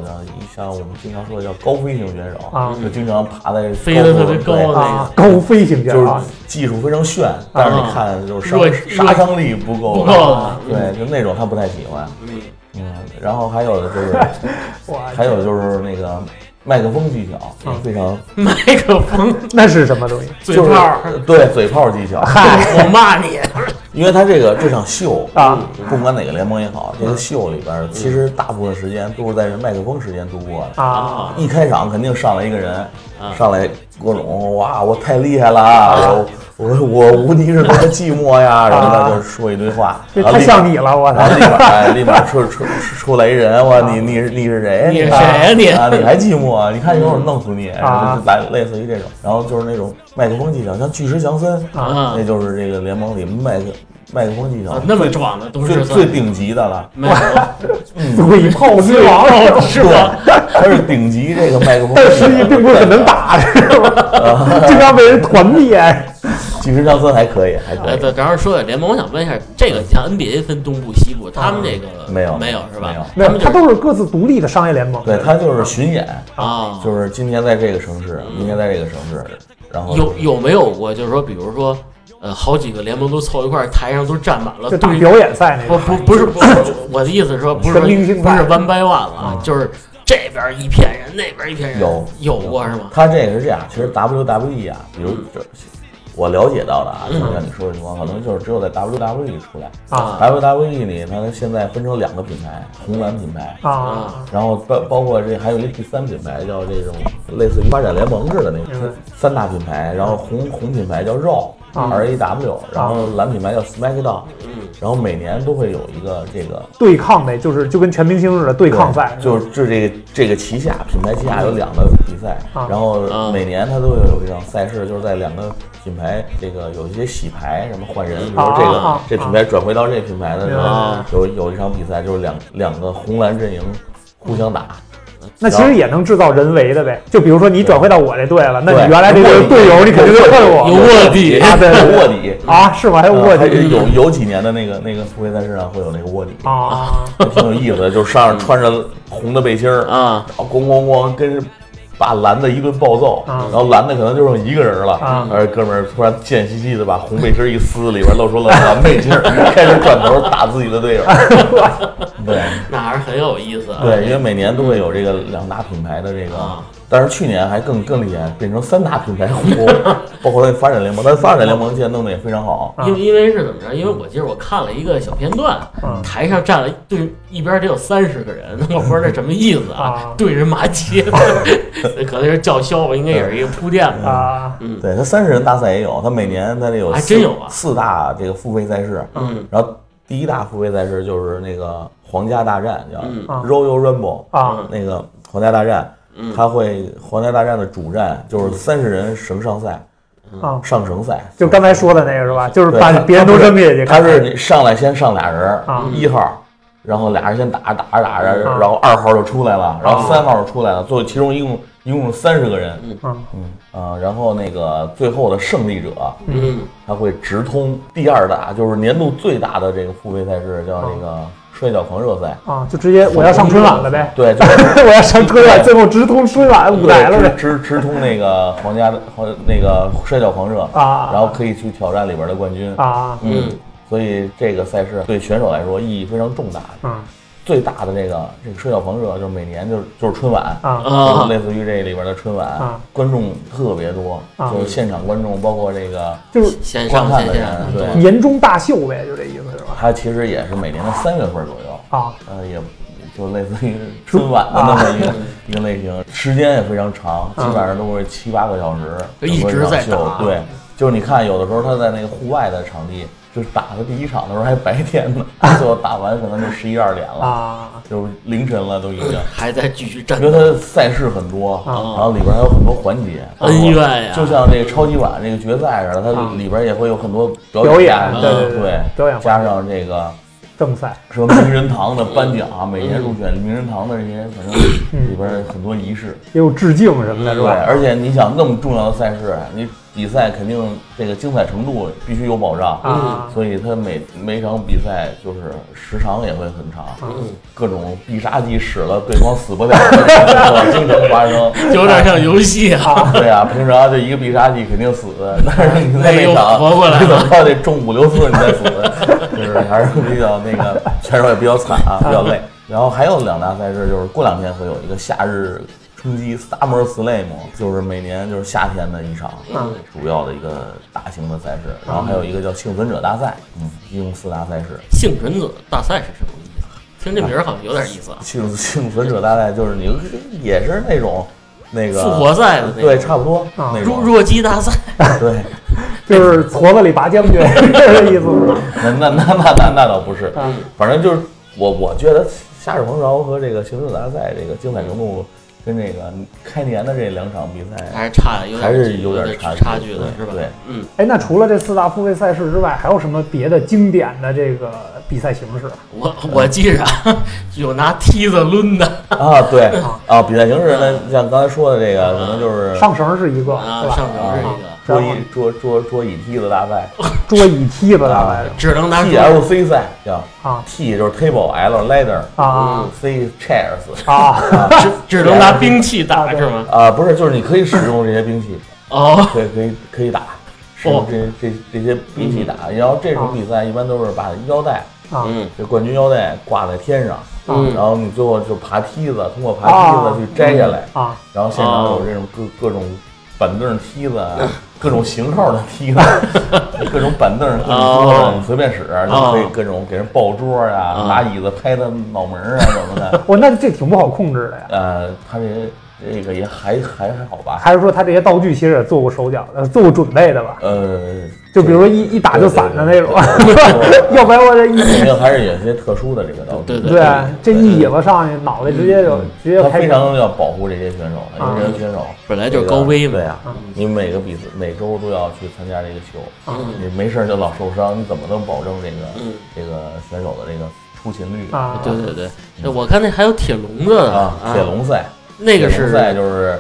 A: 像像我们经常说的叫高飞型选手，
B: 啊
A: 就经常爬在
C: 飞得特别高
A: 对
C: 的啊
B: 啊，高飞型选
A: 就是
B: 手，
A: 技术非常炫，但是你看就是
C: 弱
A: 杀杀伤力不够，
C: 不够的
A: 哦对，就那种他不太喜欢。
C: 嗯，
A: 嗯，然后还有的 就是，
B: 哇，
A: 还有就是那个麦克风技巧也
C: 嗯
A: 非常，
C: 麦克风、
B: 那是什么东西？
C: 嘴
A: 就是
C: 炮，
A: 对嘴炮技巧，
C: 我骂你。
A: 因为他这个这场秀
B: 啊，
A: 不管哪个联盟也好，这个秀里边其实大部分时间都是在这麦克风时间度过的。
B: 啊
C: 啊，
A: 一开场肯定上来一个人
C: 啊，
A: 上来各种哇，我太厉害了啊，我我我无敌是多么寂寞呀，然后他就说一堆话，
B: 啊这
A: 然后
B: 太
A: 立马
B: 像你了，我
A: 然后
B: 操！
A: 立马哎立马出出出来一人，我你你是你是谁？
C: 你是
A: 看
C: 谁呀你
A: 啊，你还寂寞？你看一会儿我弄死你！
B: 啊
A: 就来类似于这种，然后就是那种麦克风技巧，像巨石强森，
C: 啊
A: 那就是这个联盟里麦克麦克风技巧
C: 啊，那么壮的都
A: 最
C: 是
A: 最顶级的了，
C: 麦克
A: 嗯
B: 鬼炮之王
C: 风， 是吗？
A: 他是顶级这个麦克风
B: 但实
A: 技
B: 际
A: 巧。
B: 并不是很能打，是吧？
A: 啊
B: 经常被人团灭。
A: 巨石强森还可以，还可
C: 哎，
A: 以，
C: 对，正好说的联盟，我想问一下，这个像 NBA 分东部、西部，他们这个
A: 嗯没有
C: 没有是吧？
A: 没
C: 他
B: 没有，
C: 们
B: 他
C: 就是
B: 都是各自独立的商业联盟。
A: 对他就是巡演，
C: 啊，
A: 就是今天在这个城市，明天在这个城市，然后
C: 有有没有过，就是说，比如说，呃，好几个联盟都凑一块儿，台上都站
A: 呃
C: 满了
B: 就打
C: 队，
B: 表演赛那
C: 不
B: 种。
A: 哦
C: 不不是不是，我的意思是说，不是说
B: 全明
C: 不
B: 星赛
C: 是 one by one 了啊，就是这边一片人，那边一片人，
A: 有
C: 有过是吗？
A: 他这个是这样，其实 WWE 啊，比如这我了解到的啊，
C: 嗯
A: 就像你说的情况，可能就是只有在 WWE 出来
B: 啊
A: WWE 里，它现在分成两个品牌，红蓝品牌，
B: 啊
A: 然后包包括这还有一第三品牌叫这种类似于发展联盟似的那
B: 明白
A: 种三大品牌，然后红红品牌叫 RAW，
B: 嗯啊嗯
A: R A W，然后蓝品牌叫 SmackDown，然后每年都会有一个这个
B: 对抗呗，就是就跟全明星似的对抗赛，
A: 就是是这这个这个旗下品牌旗下有两个比赛，
B: 啊
A: 然后每年它都会有一场赛事，就是在两个品牌这个有一些洗牌什么换人，比如这个、
B: 啊啊嗯啊
A: 这品牌转回到这品牌的时候，
C: 啊
A: 有有一场比赛就是两两个红蓝阵营互相打，
B: 那其实也能制造人为的呗。就比如说你转回到我这队了，那你
A: 对
B: 原来这个队友，你肯定就恨
C: 有
B: 我
C: 卧底，
B: 啊，对
A: 有
B: 对
A: 卧
B: 对
A: 底。
B: 啊，是吗？还有卧
A: 呃
B: 底
A: 有有几年的那个那个付费赛事上会有那个卧底，
B: 啊，
A: 挺有意思的，就是上面穿着红的背心儿，
C: 啊，
A: 然后咣咣咣跟着把蓝的一顿暴揍，
B: 啊
A: 然后蓝的可能就剩一个人了，
B: 啊
A: 而哥们儿突然贱兮兮的把红背心一撕，里边露出了蓝背心儿， 开始转头打自己的队友。对
C: 那还是很有意思啊。嗯
A: 对，因为每年都会有这个两大品牌的这个
C: 啊。
A: 但是去年还更更厉害，变成三大品牌互殴，包括那发展联盟，但是发展联盟现在弄得也非常好。
C: 因为因为是怎么着？因为我记得我看了一个小片段，
B: 嗯
C: 台上站了一对一边得有三十个人，我不知道这什么意思
B: 啊
C: 啊，对人骂街，可能是叫嚣吧，应该也是一个铺垫吧。
B: 啊
A: 对他三十人大赛也有，他每年他这有
C: 嗯还
A: 四
C: 真有啊
A: 四大这个付费赛事，
C: 嗯，
A: 然后第一大付费赛事就是那个皇家大战，叫
C: 嗯
A: Royal Rumble，、
B: 啊
A: 那个皇家大战，
C: 嗯
A: 他会皇家大战的主战就是三十人绳上赛，
B: 啊！
A: 上绳赛，
B: 就刚才说的那个是吧？就是
A: 嗯对
B: 把
A: 他
B: 别人都扔下去，
A: 他是你上来先上俩人
B: 啊，
A: 一号。然后俩人先打着打着打着，
B: 啊
A: 然后二号就出来了，然后三号就出来了，最后其中一共一共是三十个人，
B: 嗯
A: 啊，然后那个最后的胜利者，
C: 嗯，
A: 他会直通第二大，就是年度最大的这个付费赛事，叫这个摔跤狂热赛。
B: 啊，就直接我要上春晚了呗，
A: 对，就是
B: 我要上春晚，最后直通春晚舞台了
A: 嗯对
B: 呗，
A: 直直直通那个皇家的皇那个摔跤狂热
B: 啊
A: 然后可以去挑战里边的冠军。
B: 啊，
C: 嗯，
A: 所以这个赛事对选手来说意义非常重大。
B: 嗯
A: 最大的这个这个摔跤狂热，就是每年就是就是春晚，
B: 啊
A: 就是
C: 啊，
A: 类似于这里边的春晚，
B: 啊
A: 观众特别多，
B: 啊
A: 就是现场观众，包括这个
B: 就是
C: 线
A: 观
C: 上
A: 看的
C: 线
A: 人
C: 下，，
A: 对，
B: 年终大秀呗，就这意思是吧？
A: 它其实也是每年的三月份左右。
B: 啊，
A: 呃，也就类似于春晚的那么一个、一个类型，时间也非常长，
B: 啊
A: 基本上都是七八个小时，
C: 就一直在
A: 整个一场
C: 打
A: 秀对，就是你看，有的时候他在那个户外的场地，就是打他第一场的时候还白天呢， 最后打完可能就十一二点了，
B: 啊
A: 就凌晨了都已经。
C: 还在继续战
A: 因为它赛事很多，然后里边还有很多环节，
C: 恩怨呀
A: 就像这个超级碗这个决赛似的，它里边也会有很多表
B: 表演
A: 对
B: 对对对表演环节
A: 加上这个
B: 正赛
A: 什么名人堂的颁奖啊，每年入选名人堂的这些，反正里边儿很多仪式，
B: 也有致敬什么的，是
A: 对。
C: 啊
B: 吧？
A: 而且你想那么重要的赛事，你比赛肯定这个精彩程度必须有保障
B: 啊
C: 嗯
A: 所以它每每场比赛就是时长也会很长，
C: 嗯
A: 各种必杀技使了对方死不了， 经常发生。
C: 就有点像游戏啊，
A: 对啊，平常就一个必杀技肯定死，但是你在那场
C: 哎呦活过来了
A: 你怎么着得中五六次你再死，就是还是比较那个选手也比较惨啊，比较累。 然后还有两大赛事，就是过两天会有一个夏日冲击 Summer Slam，就是每年就是夏天的一场
B: 嗯
A: 主要的一个大型的赛事。然后还有一个叫幸存者大赛，嗯，一共四大赛事。
C: 幸存者大赛是什么意思？听这名儿好像有点意思啊，
A: 幸幸存者大赛就是你也是那种那个
C: 复活赛的那
A: 对，
C: 种嗯
A: 差不多
B: 啊
A: 那
C: 弱
A: 种
C: 弱鸡大赛，
A: 对。
B: 就是矬子里拔将军， 这意思啊是吧？
A: 那那那那那那倒不是，
B: 嗯
A: 反正就是我我觉得《夏日狂潮》和这个《行走大赛》这个精彩程度跟这个开年的这两场比赛
C: 还是差有点
A: 还是有点差
C: 差差距的
A: 对
C: 是吧？
A: 对，
C: 嗯，
B: 哎，那除了这四大付费赛事之外，还有什么别的经典的这个比赛形式？
C: 我
A: 嗯
C: 我记着啊有拿梯子抡的
A: 啊对
B: 啊
A: 啊，比赛形式呢，像刚才说的这个，可能就是
B: 上绳是一个，
C: 啊，
B: 对吧？
C: 上头是一个，
A: 桌椅桌桌桌椅梯子大赛
B: 桌椅梯子大概
C: 只能拿 桌
A: ，TLC 赛叫
B: 啊
A: T 就是 Table L Ladder，C
B: 啊
A: Chairs
B: 啊
C: 只 只能拿兵器打是吗？
A: 啊，不是，就是你可以使用这些兵器，
C: 哦，
A: 可以可以可以打，使
B: 哦
A: 用这这这些兵
B: 嗯
A: 器打，然后这种比赛一般都是把腰带。
B: 啊
C: 嗯
A: 这冠军腰带挂在天上，
C: 嗯
A: 然后你最后就爬梯子，通过爬梯子去摘下来，
B: 啊！
A: 然后现场有这种各各种板凳梯子，啊
C: 嗯
A: 各种型号的梯子， 各种板凳，各种桌子，
C: 哦
A: 你随便使，就可以各种给人抱桌
C: 嗯
A: 啊，拿椅子拍他脑门儿啊什么的。
B: 我那这挺不好控制的呀
A: 呃，他这这个也还还还好吧。
B: 还是说他这些道具其实也做过手脚的，做过准备的吧？
A: 呃，
B: 就比如说一一打就散的那种， 要不然我这一
A: 这个还是有些特殊的这个道具
C: 对，
B: 对这一尾巴上去，脑袋直接就直接
A: 他
B: 开
A: 嗯非
B: 瓢。
A: 常要保护这些选手，
B: 啊
A: 因为这些选手
C: 本来就是高危嘛
A: 对啊呀
B: 嗯，
A: 你每个比赛每周都要去参加这个球，你没事儿就老受伤，你怎么能保证这个
C: 嗯
A: 这个选手的这个出勤率
B: 啊
C: 对对对，那我看那还有铁笼子呢
A: 啊？铁笼赛，
C: 那个
A: 铁笼
C: 是
A: 赛就是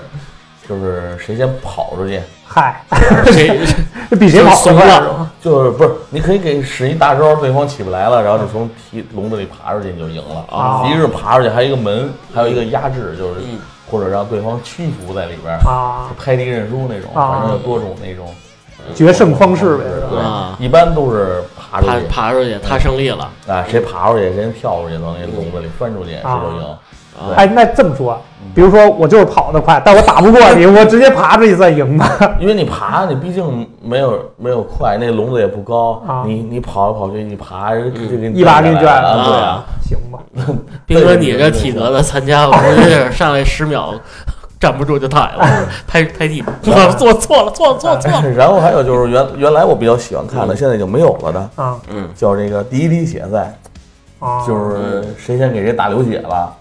A: 就是谁先跑出去，
B: 嗨，
C: 谁
B: 这比谁
C: 就
B: 跑得
C: 怂
B: 快是
C: 了
B: 吧？，
A: 就是不是你可以给使一大招，对方起不来了，然后就从提笼子里爬出去，你就赢了
B: 啊
A: 一个是爬出去，还有一个门，还有一个压制，就是
C: 嗯
A: 或者让对方屈服在里边儿，
B: 啊
A: 就拍地认输那种，
B: 啊
A: 反正有多种那种。
B: 决胜方式呗是吧
C: 啊
A: 对，一般都是爬出
C: 爬
A: 去，
C: 爬出去，他胜利了。
A: 啊，谁爬出去，谁跳出去，从那笼子里翻出去，
B: 啊
A: 谁就赢。对
B: 哎，那这么说，比如说我就是跑得快，但我打不过你，我直接爬出去算赢吧？
A: 因为你爬，你毕竟没有没有快，那笼子也不
B: 啊
A: 高，你你跑来跑去，你爬就给你
B: 一把给你
A: 拽
B: 拽
A: 下来
B: 了
A: 了，对啊。
B: 行吧，
C: 兵哥，你这体格子参加，我估计是上来十秒 站不住就躺下了， 拍拍地，我 做错了，错了错了错了。
A: 然后还有就是原原来我比较喜欢看的，现在已经没有了的，
B: 啊
C: 嗯，
A: 叫这个第一滴血赛，
B: 啊，
A: 就是谁先给谁打流血了，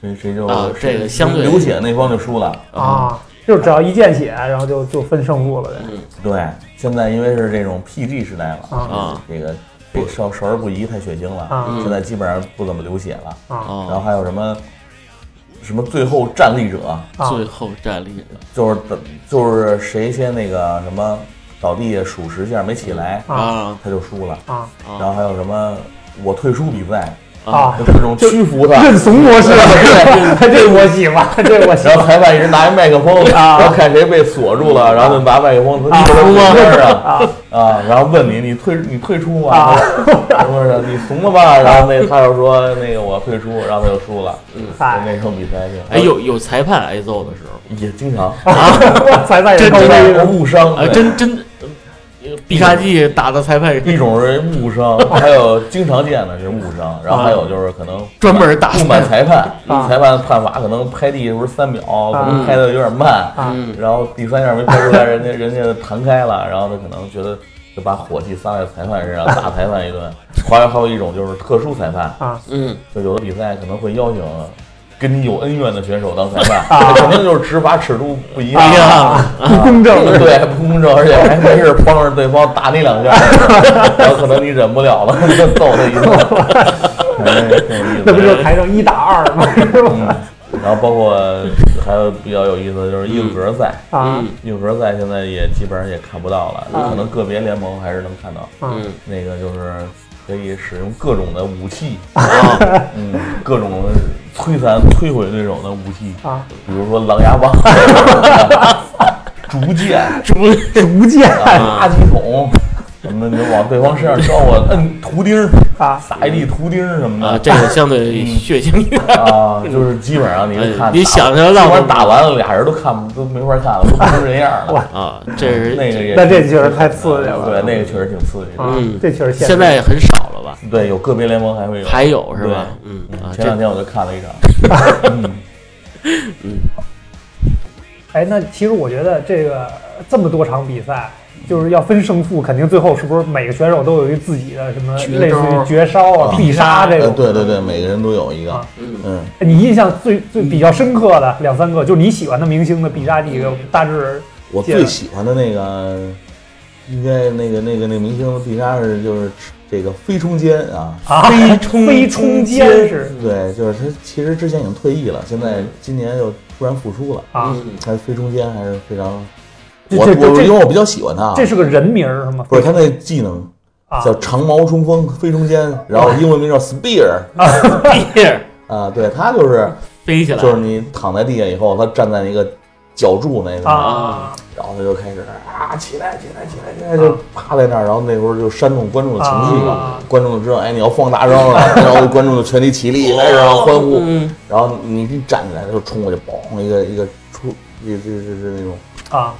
A: 谁谁就
C: 啊
A: 谁
C: 这个相对
A: 流血那方就输了。
B: 啊，就是只要一见血，然后就就分胜负了呗。
A: 对，现在因为是这种 PG 时代了，
B: 啊
C: 啊
A: 这个这少少儿不宜太血腥了，
B: 啊
A: 现在基本上不怎么流血了。
B: 啊
A: 然后
C: 哦，
A: 还有什么什么最后站立者，
B: 啊！
C: 最后站立了
A: 就是就是谁先那个什么倒地下数十下没起来，
B: 啊
C: 啊
A: 他就输了。
B: 啊
A: 然后还有什么我退出比赛，
B: 啊！
A: 就各种屈服他。
B: 认怂模式， 这我喜欢，这我喜
A: 然后
B: 欢。
A: 裁判一直拿一麦克风，
B: 啊
A: 然后看谁被锁住了，然后就拿麦克风，
B: 啊
A: 你怂吗？
B: 啊
A: 啊，然后问你，你退你退出吗？
B: 啊
A: 然后说你怂了 吧？然后那他就说那个我退出，然后他就输了。嗯，
B: 嗨，
A: 那场比赛是，
C: 哎，有有裁判挨揍的时候，
A: 也经常
B: 哎 裁判也
C: 这
B: 高
C: 这
B: 危
A: 是
B: 了
A: 误伤，
C: 哎，
A: 对
C: 真真，呃必杀技打的裁判
A: 一种是误 伤，还有经常见的是误伤，然后还有就是可能
C: 啊专门打
A: 不满裁判，
B: 啊
A: 裁判判罚可能拍地不是三秒，可能拍的有点慢，
B: 啊
C: 嗯
A: 然后第三下没拍出来，人家人家弹开了，然后他可能觉得就把火气撒在裁判 身上，打裁判一顿。还有还有一种就是特殊裁判，
B: 啊！
C: 嗯，
A: 就有的比赛可能会邀请跟你有恩怨的选手当裁判，
B: 啊
A: 这肯定就是执法尺度不一样。啊
C: 哎呀，
B: 不公正
A: 对，不公正，而且还没事帮着对方打你两下，然后可能你忍不了了， 你就揍他一顿，哎挺有意思的
B: 那不就是台上一打二吗？是吧？
A: 嗯，然后包括还有比较有意思的就是硬核赛，
B: 啊
C: 嗯
A: 硬核赛现在也基本上也看不到了，可能个别联盟还是能看到。
C: 嗯
A: 那个就是可以使用各种的武器，
C: 啊，
A: 嗯，各种摧残、摧毁对手的武器，
B: 啊！
A: 比如说狼牙棒、竹剑、
C: 猪
B: 逐渐
A: 垃圾桶，什么你就往对方身上招啊，摁图钉儿，
B: 啊
A: 撒一地图钉儿什么
C: 啊，
A: 的
C: 这个相对血腥一点。
A: 啊，就是基本上你就嗯看，
C: 你想象
A: 打完，基
C: 到吗
A: 本上打完了俩人都看不都没法看了，都不是人样了。
C: 啊，这是
A: 那个也，
B: 那这确实太刺激了
A: 对，那个确实挺刺激的。
B: 啊！这确实
C: 嗯现在也很少了吧？
A: 对，有个别联盟还会有，
C: 还有是吧？嗯啊，
A: 前
C: 这
A: 两天我就看了一场，
B: 哎，那其实我觉得这个这么多场比赛，就是要分胜负，肯定最后是不是每个选手都有一自己的什么
C: 绝
B: 类似于
C: 招
B: 绝杀啊、必杀这
A: 呃
B: 种？
A: 对对对，每个人都有一个
B: 啊，
A: 嗯，
B: 哎你印象最最比较深刻的两三个，就是你喜欢的明星的必杀技，给
A: 嗯
B: 我们大致
A: 我
B: 接着
A: 最喜欢的那个，应该那个那个那个明星的必杀是就是这个飞冲间啊，
B: 啊，
A: 飞冲嗯
B: 飞冲间是
A: 对，就是他其实之前已经退役了，现在今年又突然复出了，
B: 啊，
C: 嗯
A: 他飞冲间还是非常，
B: 这
A: 我
B: 这这
A: 我
B: 这
A: 因为我比较喜欢他啊，
B: 这是个人名儿是吗？
A: 不是他那技能
B: 啊
A: 叫长矛冲锋飞冲间，然后英文名叫 Spear
B: 啊
C: 地
A: 啊，对他就是
C: 飞起来
A: 就是你躺在地下以后，他站在一个脚柱那个。
B: 啊
A: 然后他就开始啊，起来，起来，起来，起来，就
C: 啊
A: 趴在那儿。然后那会儿就煽动观众的情绪嘛，
B: 啊
A: 观众就知道，哎，你要放大招了，然后观众就全体起立，哎然后欢呼。
C: 嗯
A: 然后你一站起来，他就冲过去，嘣，一个一个出，一这这这那种
B: 啊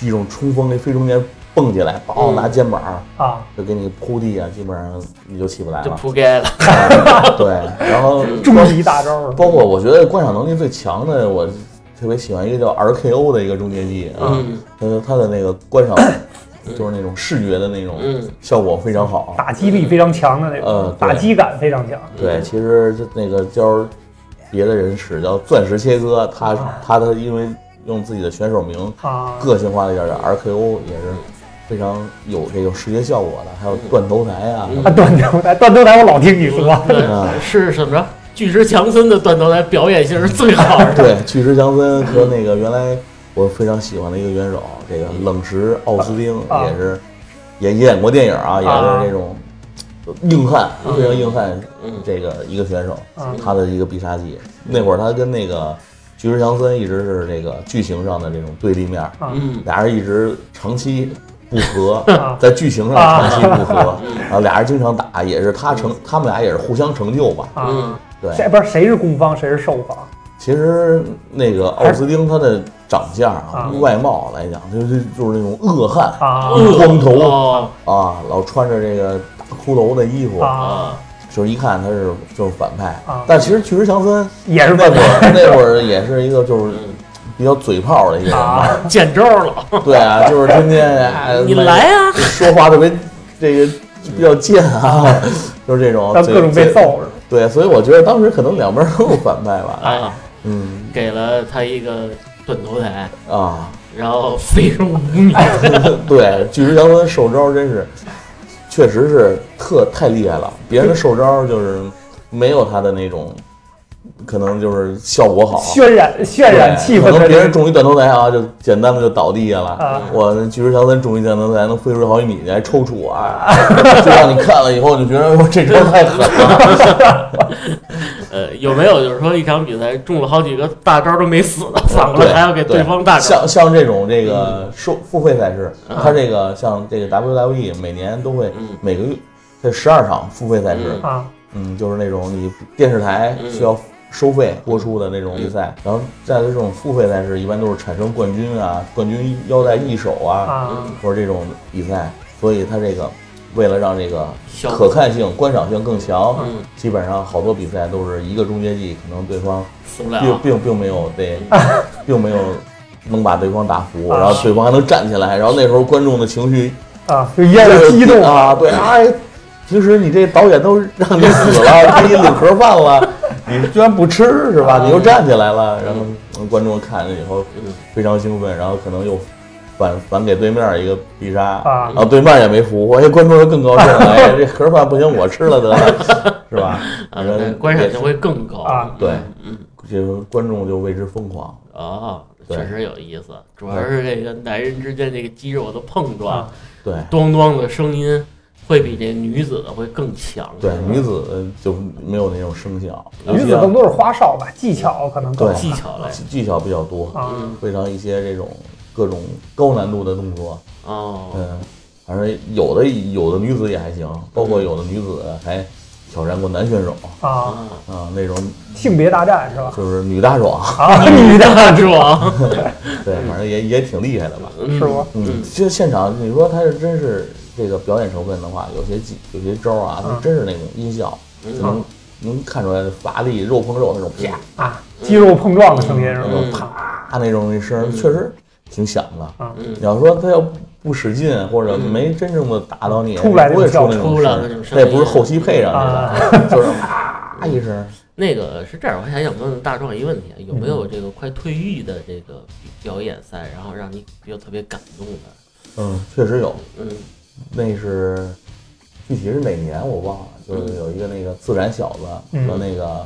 A: 一种冲锋，那飞中间蹦起来，嘣，拿肩膀
B: 啊！
A: 就给你铺地啊，基本上你就起不来
C: 就
A: 了。
C: 扑街 了。
A: 对，然后
B: 终极大招是吗
A: 包括我觉得观赏能力最强的，我特别喜欢一个叫 RKO 的一个终结技啊，
C: 嗯
A: 呃，他的那个观赏就是那种视觉的那种
C: 嗯
A: 效果非常好。
B: 打击力非常强的那
A: 呃
B: 种
A: 对，
B: 打击感非常强。
A: 对，其实这那个叫别的人使叫钻石切割，他
C: 啊
A: 他他因为用自己的选手名
B: 啊，
A: 个性化了一点的 RKO 也是非常有这种视觉效果的，还
C: 嗯
A: 有断头台啊，
B: 啊，断头台，断头台我老听你说，
A: 啊
C: 对， 是怎么着？巨石强森的断头台表演性是最好 的。
A: 对，巨石强森和那个原来我非常喜欢的一个元首，这个冷石奥斯汀
B: 啊
A: 也是也也演过电影啊，也
B: 啊
A: 是这种硬汉，非常硬汉
C: 嗯，
A: 这个一个选手
B: 嗯，
A: 他的一个必杀技。那会儿他跟那个巨石强森一直是这个剧情上的这种对立面，
C: 嗯
A: 俩人一直长期不和
B: 啊，
A: 在剧情上
B: 啊
A: 长期不和，然后俩人经常打，也是他
C: 嗯
A: 成，他们俩也是互相成就吧。
B: 啊，
A: 对，
B: 谁不是谁是攻方，谁是受方？
A: 其实那个奥斯汀他的长相啊
B: 啊，
A: 外貌来讲，就是就是那种恶汉
B: 啊
A: 光头
C: 哦
A: 啊，老穿着这个大骷髅的衣服，
B: 啊
C: 啊，
A: 就是一看他是就是反派
B: 啊。
A: 但其实巨石强森
B: 也是
A: 那
B: 问
A: 会
B: 题
A: 儿那会儿也是一个就是
C: 嗯
A: 比较嘴炮的一个人，
B: 啊，
C: 见招了，
A: 对啊，就是天天哎
C: 你来啊！
A: 说话特别这个比较贱啊，就是这种
B: 他
A: 嘴
B: 各种被
A: 嘴
B: 揍。
A: 对，所以我觉得当时可能两边都有反派吧。
C: 啊，
A: 嗯
C: 给了他一个断头台，
A: 啊。
C: 然后 飞入五米。
A: 对，巨石强森受招真是，确实是特太厉害了。别人的受招就是没有他的那种，可能就是效果好。啊
B: 渲染渲染气
A: 对可
B: 氛的
A: 能别人
B: 这种
A: 中一断头台啊，就简单的就倒地下了。
B: 啊
A: 我巨石强森中一断头台能飞出好几米去，还抽搐啊， 就让你看了以后就觉得我这招太狠了。
C: 呃，有没有就是说一场比赛中了好几个大招都没死的，反过来还要给对方大嗯招？
A: 像像这种这个收付费赛事，它这个像这个 WWE 每年都会
C: 嗯
A: 每个月这十二场付费赛事，
C: 嗯
B: 啊
A: 嗯，就是那种你电视台需要收费播出的那种比
C: 嗯
A: 赛，然后在这种付费赛事，一般都是产生冠军啊、冠军腰带一手啊，
C: 嗯
B: 啊
A: 或者这种比赛，所以它这个为了让这个
C: 效
A: 可看性、观赏性更强，
C: 嗯
A: 基本上好多比赛都是一个终结技，可能对方
C: 死不
A: 并
C: 了。
A: 并并没有对，并没有。能把对方打服，然后对方还能站起来，然后那时候观众的情绪
B: 啊，就一下
A: 就是
B: 就激动
A: 啊，对，哎，平时你这导演都让你死了，给你领盒饭了，你居然不吃是吧？你又站起来了，然后嗯观众看了以后
C: 嗯
A: 非常兴奋，然后可能又反反给对面一个必杀，
B: 啊
A: 然后对面也没服，哎，观众就更高兴了，哎，这盒饭不行，我吃了得了，是吧？
C: 啊，
A: 反正
C: 对观赏性会更高
B: 啊
A: 对
C: 嗯
A: 就观众就为之疯狂，
C: 哦，
A: 对
C: 确实有意思，主要是这个男人之间这个肌肉的碰撞
B: 啊，
A: 对。
C: 咚咚的声音会比这女子的会更强。
A: 对，女子呃就没有那种声效，
B: 女子更多是花哨吧，技巧可能更
A: 嗯对
C: 技巧类。
A: 技技巧比较多，
B: 啊
C: 嗯
A: 非常一些这种各种高难度的动作，
C: 哦，
A: 嗯，反正有的有的女子也还行，包括有的女子还挑战过男选手
B: 啊，
C: 啊，
A: 啊，那种
B: 性别大战是吧？
A: 就是女大爽，
B: 啊，
C: 嗯
B: 女的
C: 大壮，
A: 对，反正也也挺厉害的吧。
C: 嗯
B: 是不？
A: 嗯，其实现场你说他是真是这个表演成分的话，有些技有些招啊，它
B: 嗯
A: 真是那种音效，
C: 嗯
A: 就能能看出来乏力，肉碰肉那种啪
B: 啊，肌肉碰撞的声音是吧？
C: 嗯
A: 啪那种一声，确实挺响的。
C: 嗯
A: 你要说他要不使劲或者没真正的打到你，
B: 嗯出不来
A: 不会
B: 那种啊
A: 出那种
C: 效果出不了
A: 声
C: 那种
A: 那
C: 声
A: 也不是
C: 音
A: 后期配上去的，就是 啪一声。
C: 那个是这样，我还想问问大壮一个问题啊，有没有这个快退役的这个表演赛，然后让你比较特别感动的？
A: 嗯，确实有，
C: 嗯
A: 那是具体是哪年我忘了，就是有一个那个自然小子
B: 嗯
A: 和那个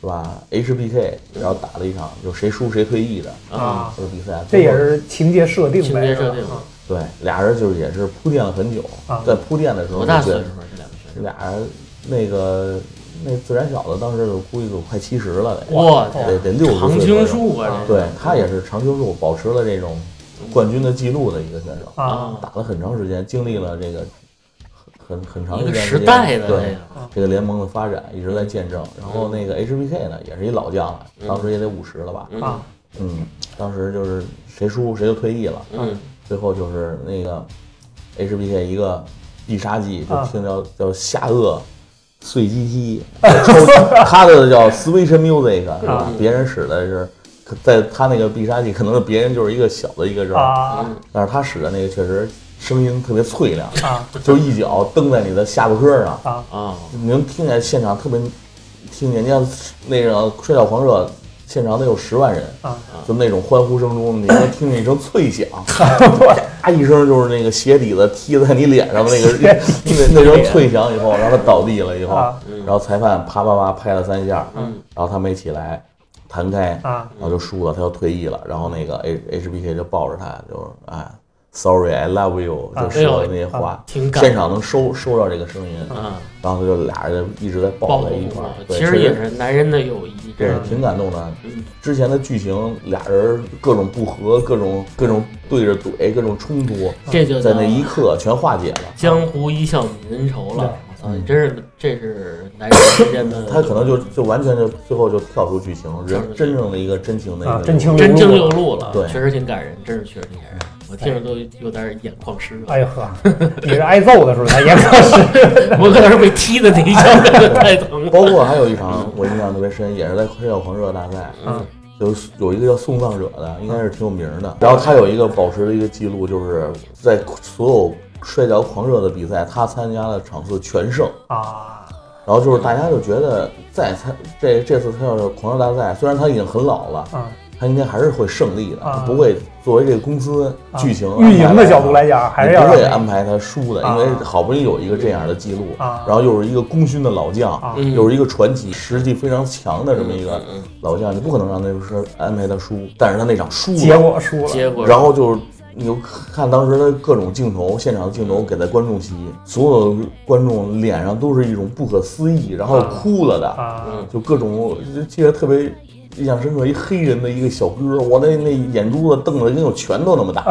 A: 是吧 HBK，然后打了一场，就谁输谁退役的
B: 啊，
A: 这个比赛，
B: 这也是情节设定
C: 情
B: 呗，
C: 节
B: 是
C: 设
B: 吧
C: 定
A: 对俩人就是也是铺垫了很久
B: 啊，
A: 在铺垫的时候
C: 多
A: 就
C: 大
A: 觉
C: 岁
A: 得
C: 数啊？这两个选手？
A: 俩人那个那自然小子当时我估计都快七十了得。
C: 哇，
A: 得得六十
C: 常
A: 岁左右
C: 青树啊，这
A: 对他也是长青树，保持了这种冠军的记录的一个选手，
B: 啊
A: 打了很长时间，经历了这个很很很长
C: 一
A: 一
C: 个
A: 段
C: 时
A: 时间
C: 代的
A: 对
C: 这
B: 个
A: 这个联盟的发展一直在见证。然后那个 HBK 呢，也是一老将了，
C: 嗯
A: 当时也得五十了吧？
C: 个
B: 啊，
A: 嗯，当时就是谁输谁就退役了，
C: 嗯
A: 最后就是那个 HBK 一个必杀技，就
B: 啊
A: 听叫叫下颚。
B: 啊
A: 碎鸡鸡，超他的叫 Switch Music 是吧？别人使的是在他那个必杀技，可能别人就是一个小的一个人，
B: 啊
A: 但是他使的那个确实声音特别脆亮，
B: 啊
A: 就一脚蹬在你的下巴颏上，
B: 啊！
C: 啊，
A: 你能听见现场特别听见，你像那个《摔跤狂热》现场得有十万人
B: 啊，
A: 就那种欢呼声中，你能听见一声脆响，啪一声就是那个鞋底子踢在你脸上的那个 那那声脆响以后，然后他倒地了以后
B: 啊，
A: 然后裁判啪啪啪拍了三下，然后他没起来，弹开，
B: 啊
A: 然后就输了，他就退役了，然后那个 H HBK 就抱着他，就是哎。Sorry, I love you，就说的那些话，
C: 挺感
A: 现场能收收到这个声音，
C: 啊，
A: 然后就俩人就一直在抱
C: 包
A: 在
C: 括
A: 一块儿，对
C: 其实也
A: 是，
C: 是嗯男人的友谊，啊
A: 这是挺感动的。之前的剧情，俩人各种不和，各种各种对着怼，各种冲突，
C: 这就
A: 在
C: 叫
A: 那一刻全化解了。
C: 江湖一笑泯恩仇了。我操，你真是这是男人之间的，
A: 嗯他可能就就完全就最后就跳出剧情，人真正的一个真情的一
B: 啊
A: 个
B: 真情
C: 真情流露了，
A: 对嗯
C: 确实挺感人，真是确实挺感人，我听着都有点眼眶湿热。
B: 哎呦呵，你是挨揍的时候才严格是
C: 我可能是被踢的那一脚，
A: 哎
C: 真的 太 疼了。
A: 包括还有一场我印象特别深，也是在摔跤狂热大赛，
B: 嗯
A: 就是有一个叫送葬者的，应该是挺有名
C: 嗯
A: 的。然后他有一个保持的一个记录，就是在所有摔跤狂热的比赛，他参加的场次全胜。
B: 啊
A: 然后就是大家就觉得再参这这次他要是狂热大赛，虽然他已经很老了，
B: 啊！
A: 他应该还是会胜利的，
B: 啊
A: 不会作为这个公司剧情、
B: 运营的角度来，讲，还是要
A: 嗯不会
B: 让
A: 安排他输的，
B: 啊
A: 因为好不容易有一个这样的记录，
B: 啊
A: 然后又是一个功勋的老将，
B: 啊
C: 嗯
A: 又是一个传奇、实力非常强的这么一个
C: 嗯嗯
A: 老将，你不可能让他就是安排他输，但是他那场输
B: 结
A: 了，
B: 果输了
C: 结果
A: 然后就是。你就看当时的各种镜头，现场的镜头给在观众席，所有的观众脸上都是一种不可思议，然后哭了的，
B: 啊
A: 就各种，我就记得特别印象深刻，一黑人的一个小哥，我那那眼珠子瞪得跟有拳头那么大，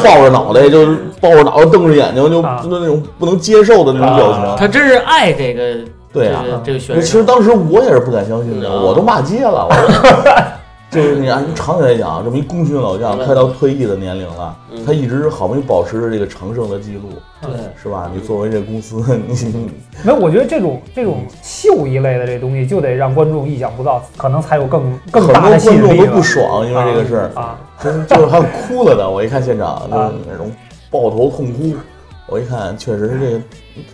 A: 抱着脑袋就抱着脑袋瞪着眼睛，就就
B: 啊
A: 那种不能接受的那种表情。
C: 他真是爱这个，
A: 对啊
C: 这个这个
A: 其
C: 选
A: 实
C: 手，
A: 当时我也是不敢相信的，
C: 嗯
A: 我都骂街了。我说就是你按长远来讲，啊这么一功勋老将，快到退役的年龄了，他一直好不容易保持着这个长胜的记录，
C: 对，
A: 是吧？你作为这公司， 你
B: 没有，我觉得这种这种秀一类的这东西，就得让观众意想不到，可能才有更更
A: 很多
B: 大的
A: 观
B: 吸引
A: 众
B: 力
A: 都
B: 了
A: 不爽，因为这个事儿
B: 啊
A: 真 就是还有哭了的。我一看现场就是那种抱头痛哭，我一看确实是这个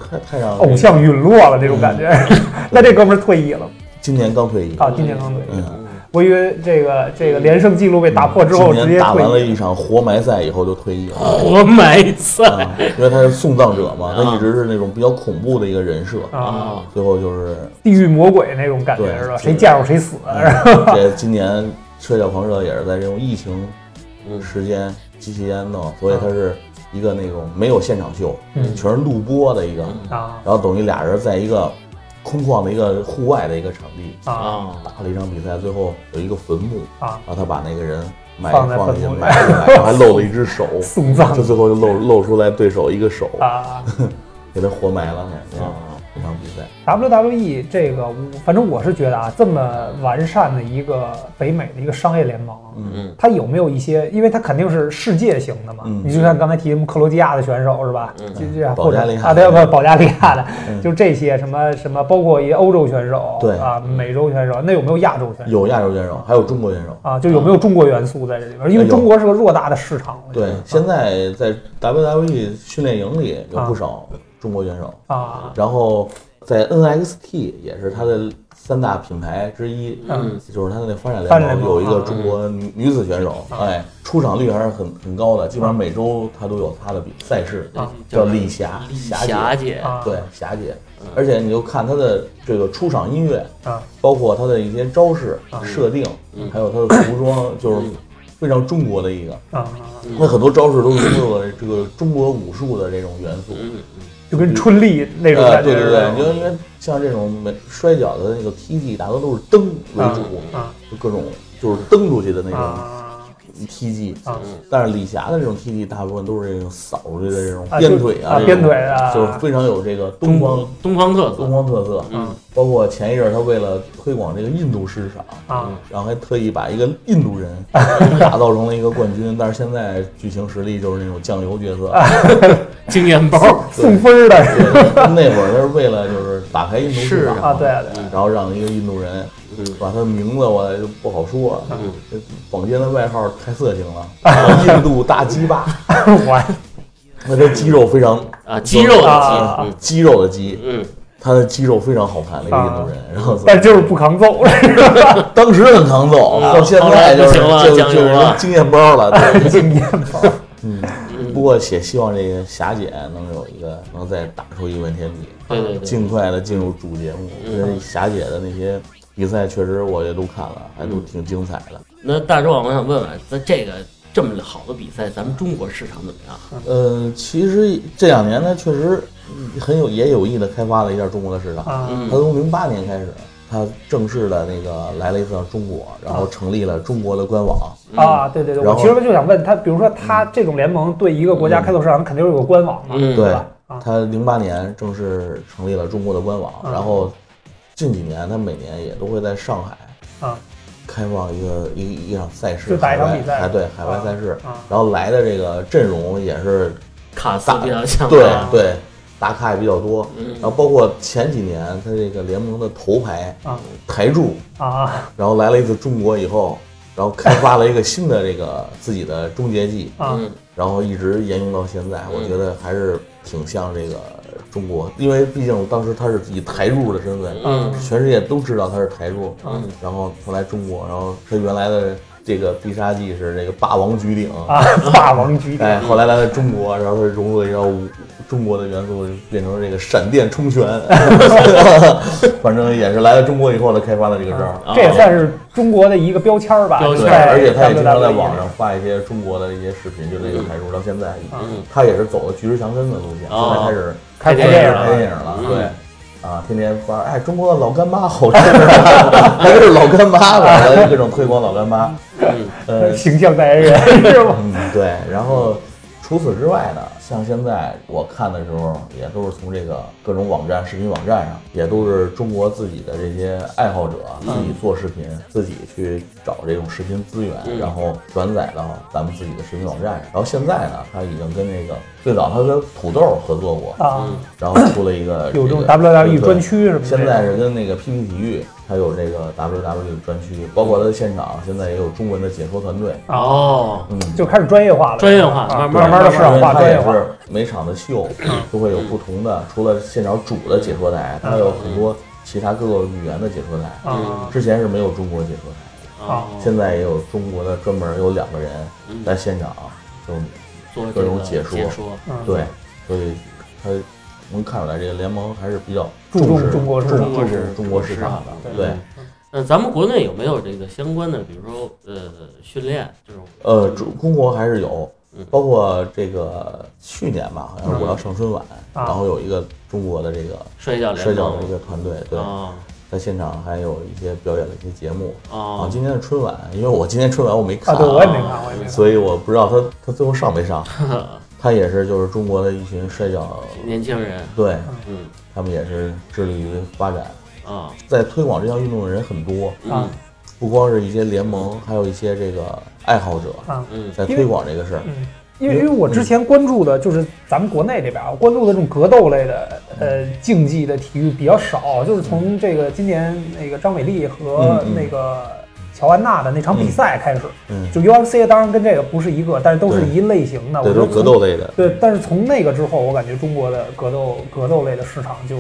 A: 太太让
B: 偶像陨落了这种感觉。 那这哥们儿退役了
A: 今年刚退役
B: 啊，今年刚退役。
A: 嗯嗯，
B: 我以为这个这个连胜记录被打破之后
A: 今
B: 直
A: 年
B: 接
A: 打完了
B: 退役
A: 一场活埋赛以后就退役了，
C: 活埋赛
A: 啊因为他是送葬者嘛，
C: 啊
A: 他一直是那种比较恐怖的一个人设，
B: 啊，
C: 啊！
A: 最后 就是
B: 地狱魔鬼那种感觉
A: 嗯对
B: 是吧？
A: 是嗯
B: 谁见着谁死，
A: 这今年摔跤狂热也是在这种疫情
B: 嗯
A: 时间极其严弄，所以它是一个那种没有现场秀，
B: 啊嗯
A: 全是录播的一个。
B: 啊
A: 然后等于俩人在一个空旷的一个户外的一个场地
B: 啊
C: 啊，
A: 打了一场比赛，最后有一个坟墓，
B: 啊，
A: 然后他把那个人埋
B: 放在
A: 放
B: 坟
A: 进
B: 墓
A: 去
B: 里
A: 埋进来，然后还露了一只手，
B: 送葬
A: 就最后就露露出来对手一个手，
B: 啊。
A: 给他活埋了。那场比赛，
B: WWE E 这个，我反正我是觉得啊，这么完善的一个北美的一个商业联盟，
A: 嗯
B: 它有没有一些？因为它肯定是世界型的嘛。
A: 嗯
B: 你就像刚才提什么克罗地亚的选手是吧？
C: 嗯
B: 就这样，
A: 保
B: 或者
A: 加利亚
B: 啊，
A: 的
B: 对，不，保加利亚的，
A: 嗯
B: 就这些什么什么，包括一欧洲选手，
A: 对
B: 啊，美洲选手，那有没有亚洲选手？
A: 有亚洲选手，还有中国选手。
B: 啊，就有没有中国元素在这里边？因为
A: 哎有
B: 中国是个偌大的市场，我觉
A: 对
B: 得，
A: 现在在 WWE 训练营里有不少中国选手，
B: 啊
A: 然后在 NXT 也是它的三大品牌之一，
B: 嗯
A: 就是它的那发展
B: 发
A: 联
B: 展联啊
A: 盟
B: 盟
A: 有一个中国女女子选手，
B: 啊
A: 哎，出场率还是很很高的，基本上每周她都有她的比赛事，
B: 嗯啊
A: 叫李霞
C: 李
A: 霞
C: 霞
A: 姐，
C: 姐，
B: 啊，
A: 对霞姐，而且你就看她的这个出场音乐，
B: 啊
A: 包括她的一些招式设定，还有她的服装，就是非常中国的一个。
B: 啊，
A: 那很多招式都融入了这个中国武术的这种元素，
C: 嗯，
B: 就跟春丽那种
A: 呃，
B: 感觉
A: 对对
B: 似
A: 对，
B: 的
A: 你就因为像这种没摔跤的那个踢技，大多都是蹬为主，
B: 啊
A: 就各种就是蹬出去的那种
B: 啊
A: 踢技。
B: 啊
A: 但是李霞的这种踢技，大部分都是这种扫出去的这种
B: 啊
A: 鞭腿啊，这
B: 就啊
A: 种
B: 鞭腿啊
A: 就是非常有这个东
C: 东
A: 方
C: 方东方特
A: 东
C: 色，
A: 方特色。
C: 嗯，
A: 包括前一阵儿他为了推广这个印度市场，
B: 啊
A: 然后还特意把一个印度人打造成了一个冠军，但是现在剧情实力就是那种酱油角色，
C: 啊经验包，
B: 送分儿的
A: 对那会儿他是为了就是打开印度市
C: 是
A: 场
B: 啊，对啊对啊
A: 然后让一个印度人把他名字我就不好说了。
C: 嗯
A: 这坊间的外号太色情了， 印度大鸡巴，
B: 我
A: 那这肌肉非常
C: 啊，肌肉嗯
B: 啊
C: 的
A: 肌肉的肌
C: 肌，，嗯
A: 他的肌肉非常好看，那个印度
C: 啊
A: 人。然后
B: 但就是不 扛揍，
A: 当时很抗揍，
C: 嗯
A: 到现在就是
C: 后来不行了
A: 就
C: 酱
A: 就
C: 油
A: 是
C: 了
A: 经验包了。对，
B: 经验
A: 嗯不过也希望这个霞姐能有一个能再打出一番天地，
C: 对对嗯对，
A: 尽快的进入主节目。因为霞姐的那些比赛确实我也都看了，还
C: 嗯
A: 都挺精彩的。
C: 那大壮，我想问问，那这个这么好的比赛，咱们中国市场怎么样？嗯
A: 呃，其实这两年呢，确实很有也有意的开发了一下中国的市场。
B: 啊，
A: 他
C: 嗯
A: 从零八年开始，他正式的那个来了一趟中国，然
C: 嗯
A: 后成立了中国的官网。
B: 啊，对对对，我
A: 然后嗯
B: 其实就想问他，比如说他这种联盟对一个国家开拓市场，它肯定是有个官网嘛，
C: 嗯
A: 对
B: 吧？啊，
A: 他零八年正式成立了中国的官网，
B: 嗯
A: 然后近几年他每年也都会在上海
B: 啊
A: 开放一个一一场赛事，
B: 就打一场
A: 海外
B: 比赛
A: 哎对，海外赛事。
B: 啊
A: 然后来的这个阵容也是
C: 卡斯比较啊像
A: 对
B: 嗯
C: 吧
A: 对打卡也比较多，
C: 嗯
A: 然后包括前几年他这个联盟的头牌
B: 啊
A: 台柱，
B: 啊
A: 然后来了一次中国以后，然后开发了一个新的这个自己的终结技，
B: 啊
C: 嗯
A: 然后一直沿用到现在，我
C: 嗯
A: 觉得还是挺像这个中国，因为毕竟当时他是以台柱的身份，
C: 嗯
A: 全世界都知道他是台柱，
C: 嗯
A: 然后他来中国，然后他原来的这个必杀技是这个霸王举鼎，
B: 啊，霸王举
A: 哎，
B: 鼎，
A: 后来来了中国，然后他融入了一道武中国的元素，就变成了这个闪电冲 拳， 反正也是来了中国以后，他开发的这个招儿。
C: 啊
B: 这也算是中国的一个标签儿吧，
C: 标签
A: 对，
C: 在
A: 而且他也经常在网上发一些中国的一些视频，就这个台柱到现在已经，
C: 嗯
A: 他也是走了巨石强根的路线，现
C: 哦
A: 在开始
B: 开
C: 拍电
B: 拍电
C: 影
B: 影
A: 拍
B: 了
A: 电影了，
C: 嗯
A: 对，啊，天天发，哎，中国的老干妈好吃， 还是老干妈 吧，各种推广老干妈，
C: 嗯
A: 呃，
B: 形象代言人是吗？
A: 嗯，对。然后除此之外呢，像现在我看的时候，也都是从这个各种网站、视频网站上，也都是中国自己的这些爱好者自己做视频，自己去找这种视频资源，
C: 嗯
A: 然后转载到咱们自己的视频网站上。然后现在呢，他已经跟那个最早他跟土豆合作过，
B: 啊，
A: 然后出了一个
B: 有这种
A: 这个
B: WWE
A: 对
B: 专区什么的
A: 现在是跟那个 PP 体育，它有这个 WWE 专区，包括它的现场现在也有中文的解说团队，
C: 哦，
A: 嗯，
B: 就开始专业化了，
C: 专业化
B: 啊
C: 慢慢
B: 慢
C: 地
B: 慢的
A: 对
B: 市场化、
A: 它
B: 专业
A: 也
B: 化啊
A: 是每场的秀都会有不同的，除了现场主的解说台，它有很多其他各个语言的解说台。
B: 啊
A: 之前是没有中国解说台
C: 哦
A: 的，现在也有中国的专门有两个人
C: 嗯
A: 在现场，就
C: 做这
A: 各种
C: 个
A: 解说
C: 解说，
B: 嗯，
A: 对，所以它能看出来这个联盟还是比较
B: 注重
A: 视
B: 中国市
A: 重
B: 场
A: 重视嗯中国市场的，对。
C: 嗯那咱们国内有没有这个相关的，比如说呃训练这种？
A: 呃，中中国还是有
C: 嗯，
A: 包括这个去年吧，好像
C: 嗯
A: 是我要上春晚，
B: 啊
A: 然后有一个中国的这个
C: 摔跤联
A: 摔跤的一
C: 盟
A: 个团队，对，
C: 啊
A: 在现场还有一些表演的一些节目。啊，
C: 啊
A: 今天的春晚，因为我今天春晚我没看
B: 啊，
A: 啊，
B: 对我也没看，我也没看，
A: 所以我不知道他他最后上没上。他也是就是中国的一群摔跤，
C: 年轻人，
A: 对
C: 嗯
A: 他们也是致力于发展，
C: 啊
A: 在推广这项运动的人很多，
B: 啊
C: 嗯
A: 不光是一些联盟，还有一些这个爱好者
B: 啊，
C: 嗯
A: 在推广这个事儿。
B: 嗯。因为因为我之前关注的就是咱们国内这边啊，我关注的这种格斗类的呃
A: 嗯
B: 竞技的体育比较少，就是从这个今年那个张伟丽和
A: 嗯嗯
B: 那个乔安娜的那场比赛开始，
A: 嗯，
B: 就 UFC 当然跟这个不是一个，但是都是
A: 对
B: 一类型的，我
A: 对，
B: 觉
A: 都
B: 得
A: 是格
B: 从
A: 斗类的。
B: 对，但是从那个之后，我感觉中国的格斗格斗类的市场就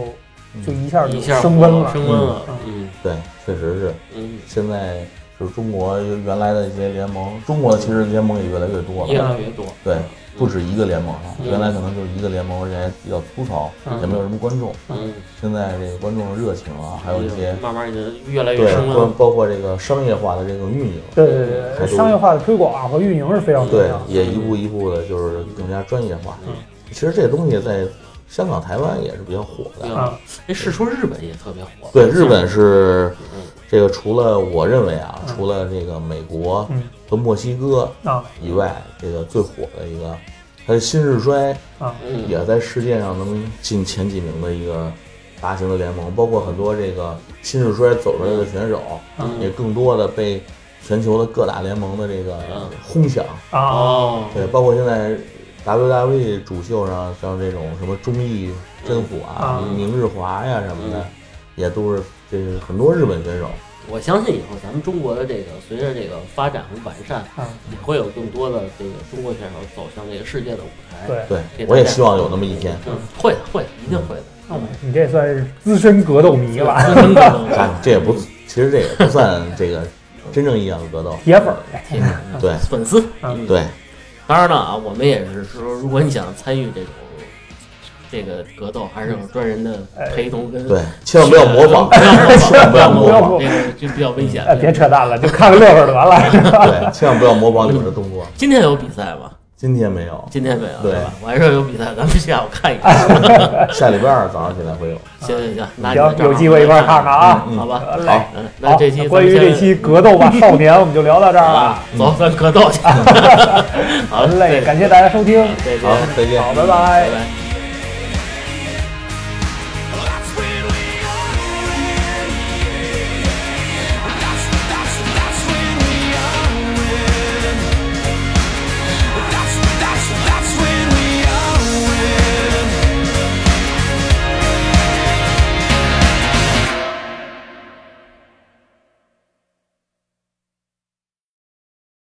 A: 嗯
B: 就一下就
C: 一下
B: 升温了，
C: 升温了，嗯
A: 对，确实是。
C: 嗯，
A: 现在就是中国原来的一些联盟，中国其实联盟也越来越多
B: 嗯
C: 越
A: 了。
C: 来越多，
A: 对，不止一个联盟了。
C: 嗯
A: 原来可能就是一个联盟，而且还比较粗糙，
B: 嗯
A: 也没有什么观众。
C: 嗯，
A: 现在这个观众热情啊，还有一些嗯
C: 慢慢的越来越
A: 对，
C: 升温
A: 包
C: 了，
A: 包括这个商业化的这种运营，
B: 对对对
A: 还
B: 对，
A: 都
B: 商业化的推广和运营是非常重
A: 对
B: 要，的。
A: 也一步一步的，就是更加专业化
C: 嗯。
A: 其实这东西在香港、台湾也是比较火的。
B: 嗯
C: 啊，哎，是说日本也特别火，
A: 对，日本是
C: 嗯
A: 这个，除了我认为啊，除了这个美国
B: 嗯
A: 和墨西哥
B: 啊
A: 以外，这个最火的一个，它的新日摔
B: 啊
C: 嗯
A: 也在世界上能进前几名的一个大型的联盟，包括很多这个新日摔走出来的选手，
C: 嗯
A: 也更多的被全球的各大联盟的这个
C: 嗯
A: 轰响。
B: 啊！
C: 哦，
A: 对，包括现在 WWE 主秀上，像这种什么忠义真虎啊、
B: 嗯
C: 嗯
A: 明日华呀什么的，也都是这是很多日本选手
C: 我相信以后咱们中国的这个随着这个发展和完善，
B: 嗯，
C: 也会有更多的这个中国选手走向这个世界的舞台。
B: 对，
A: 对
C: 给，大
A: 我也
C: 家
A: 希望有那么一天。
C: 嗯，会的，会的，一定会的。
B: 嗯你这算是资深格斗迷了，
C: 真真 的
A: 哎，这也不，其实这也不算这个真正意义上的格斗。
B: 铁粉儿。
C: 嗯
A: 对
C: 粉丝。
B: 嗯
A: 对，
C: 当然了啊，我们也是说，如果你想参与这种这个格斗，还是有专人的
B: 哎
C: 陪同跟
A: 对，千万不
C: 啊
A: 要模 仿，千万不要模仿，
C: 这个就比较危险
B: 呃，。别扯淡了，就看个乐呵就完了。
A: 对，千万不要模仿你们的动作。
C: 今天有比赛吗？
A: 今天没有，
C: 今天没有，
A: 对
C: 是吧？我还说有比赛，咱们下午看一看。
A: 下礼拜二早上起来会有。
C: 行行行，那你
B: 哎行，有机会一块儿看看啊。
A: 嗯
C: 好吧？
B: 得嘞，
A: 好，
C: 嗯，那
B: 好
C: 这期
B: 关于这期格斗 吧少年，我们就聊到这儿了。
C: 啊，走，咱格斗去。好
B: 嗯 好嘞，感谢大家收听，
C: 谢，再见，
A: 好，再见。
B: 好，拜拜
C: 拜。拜。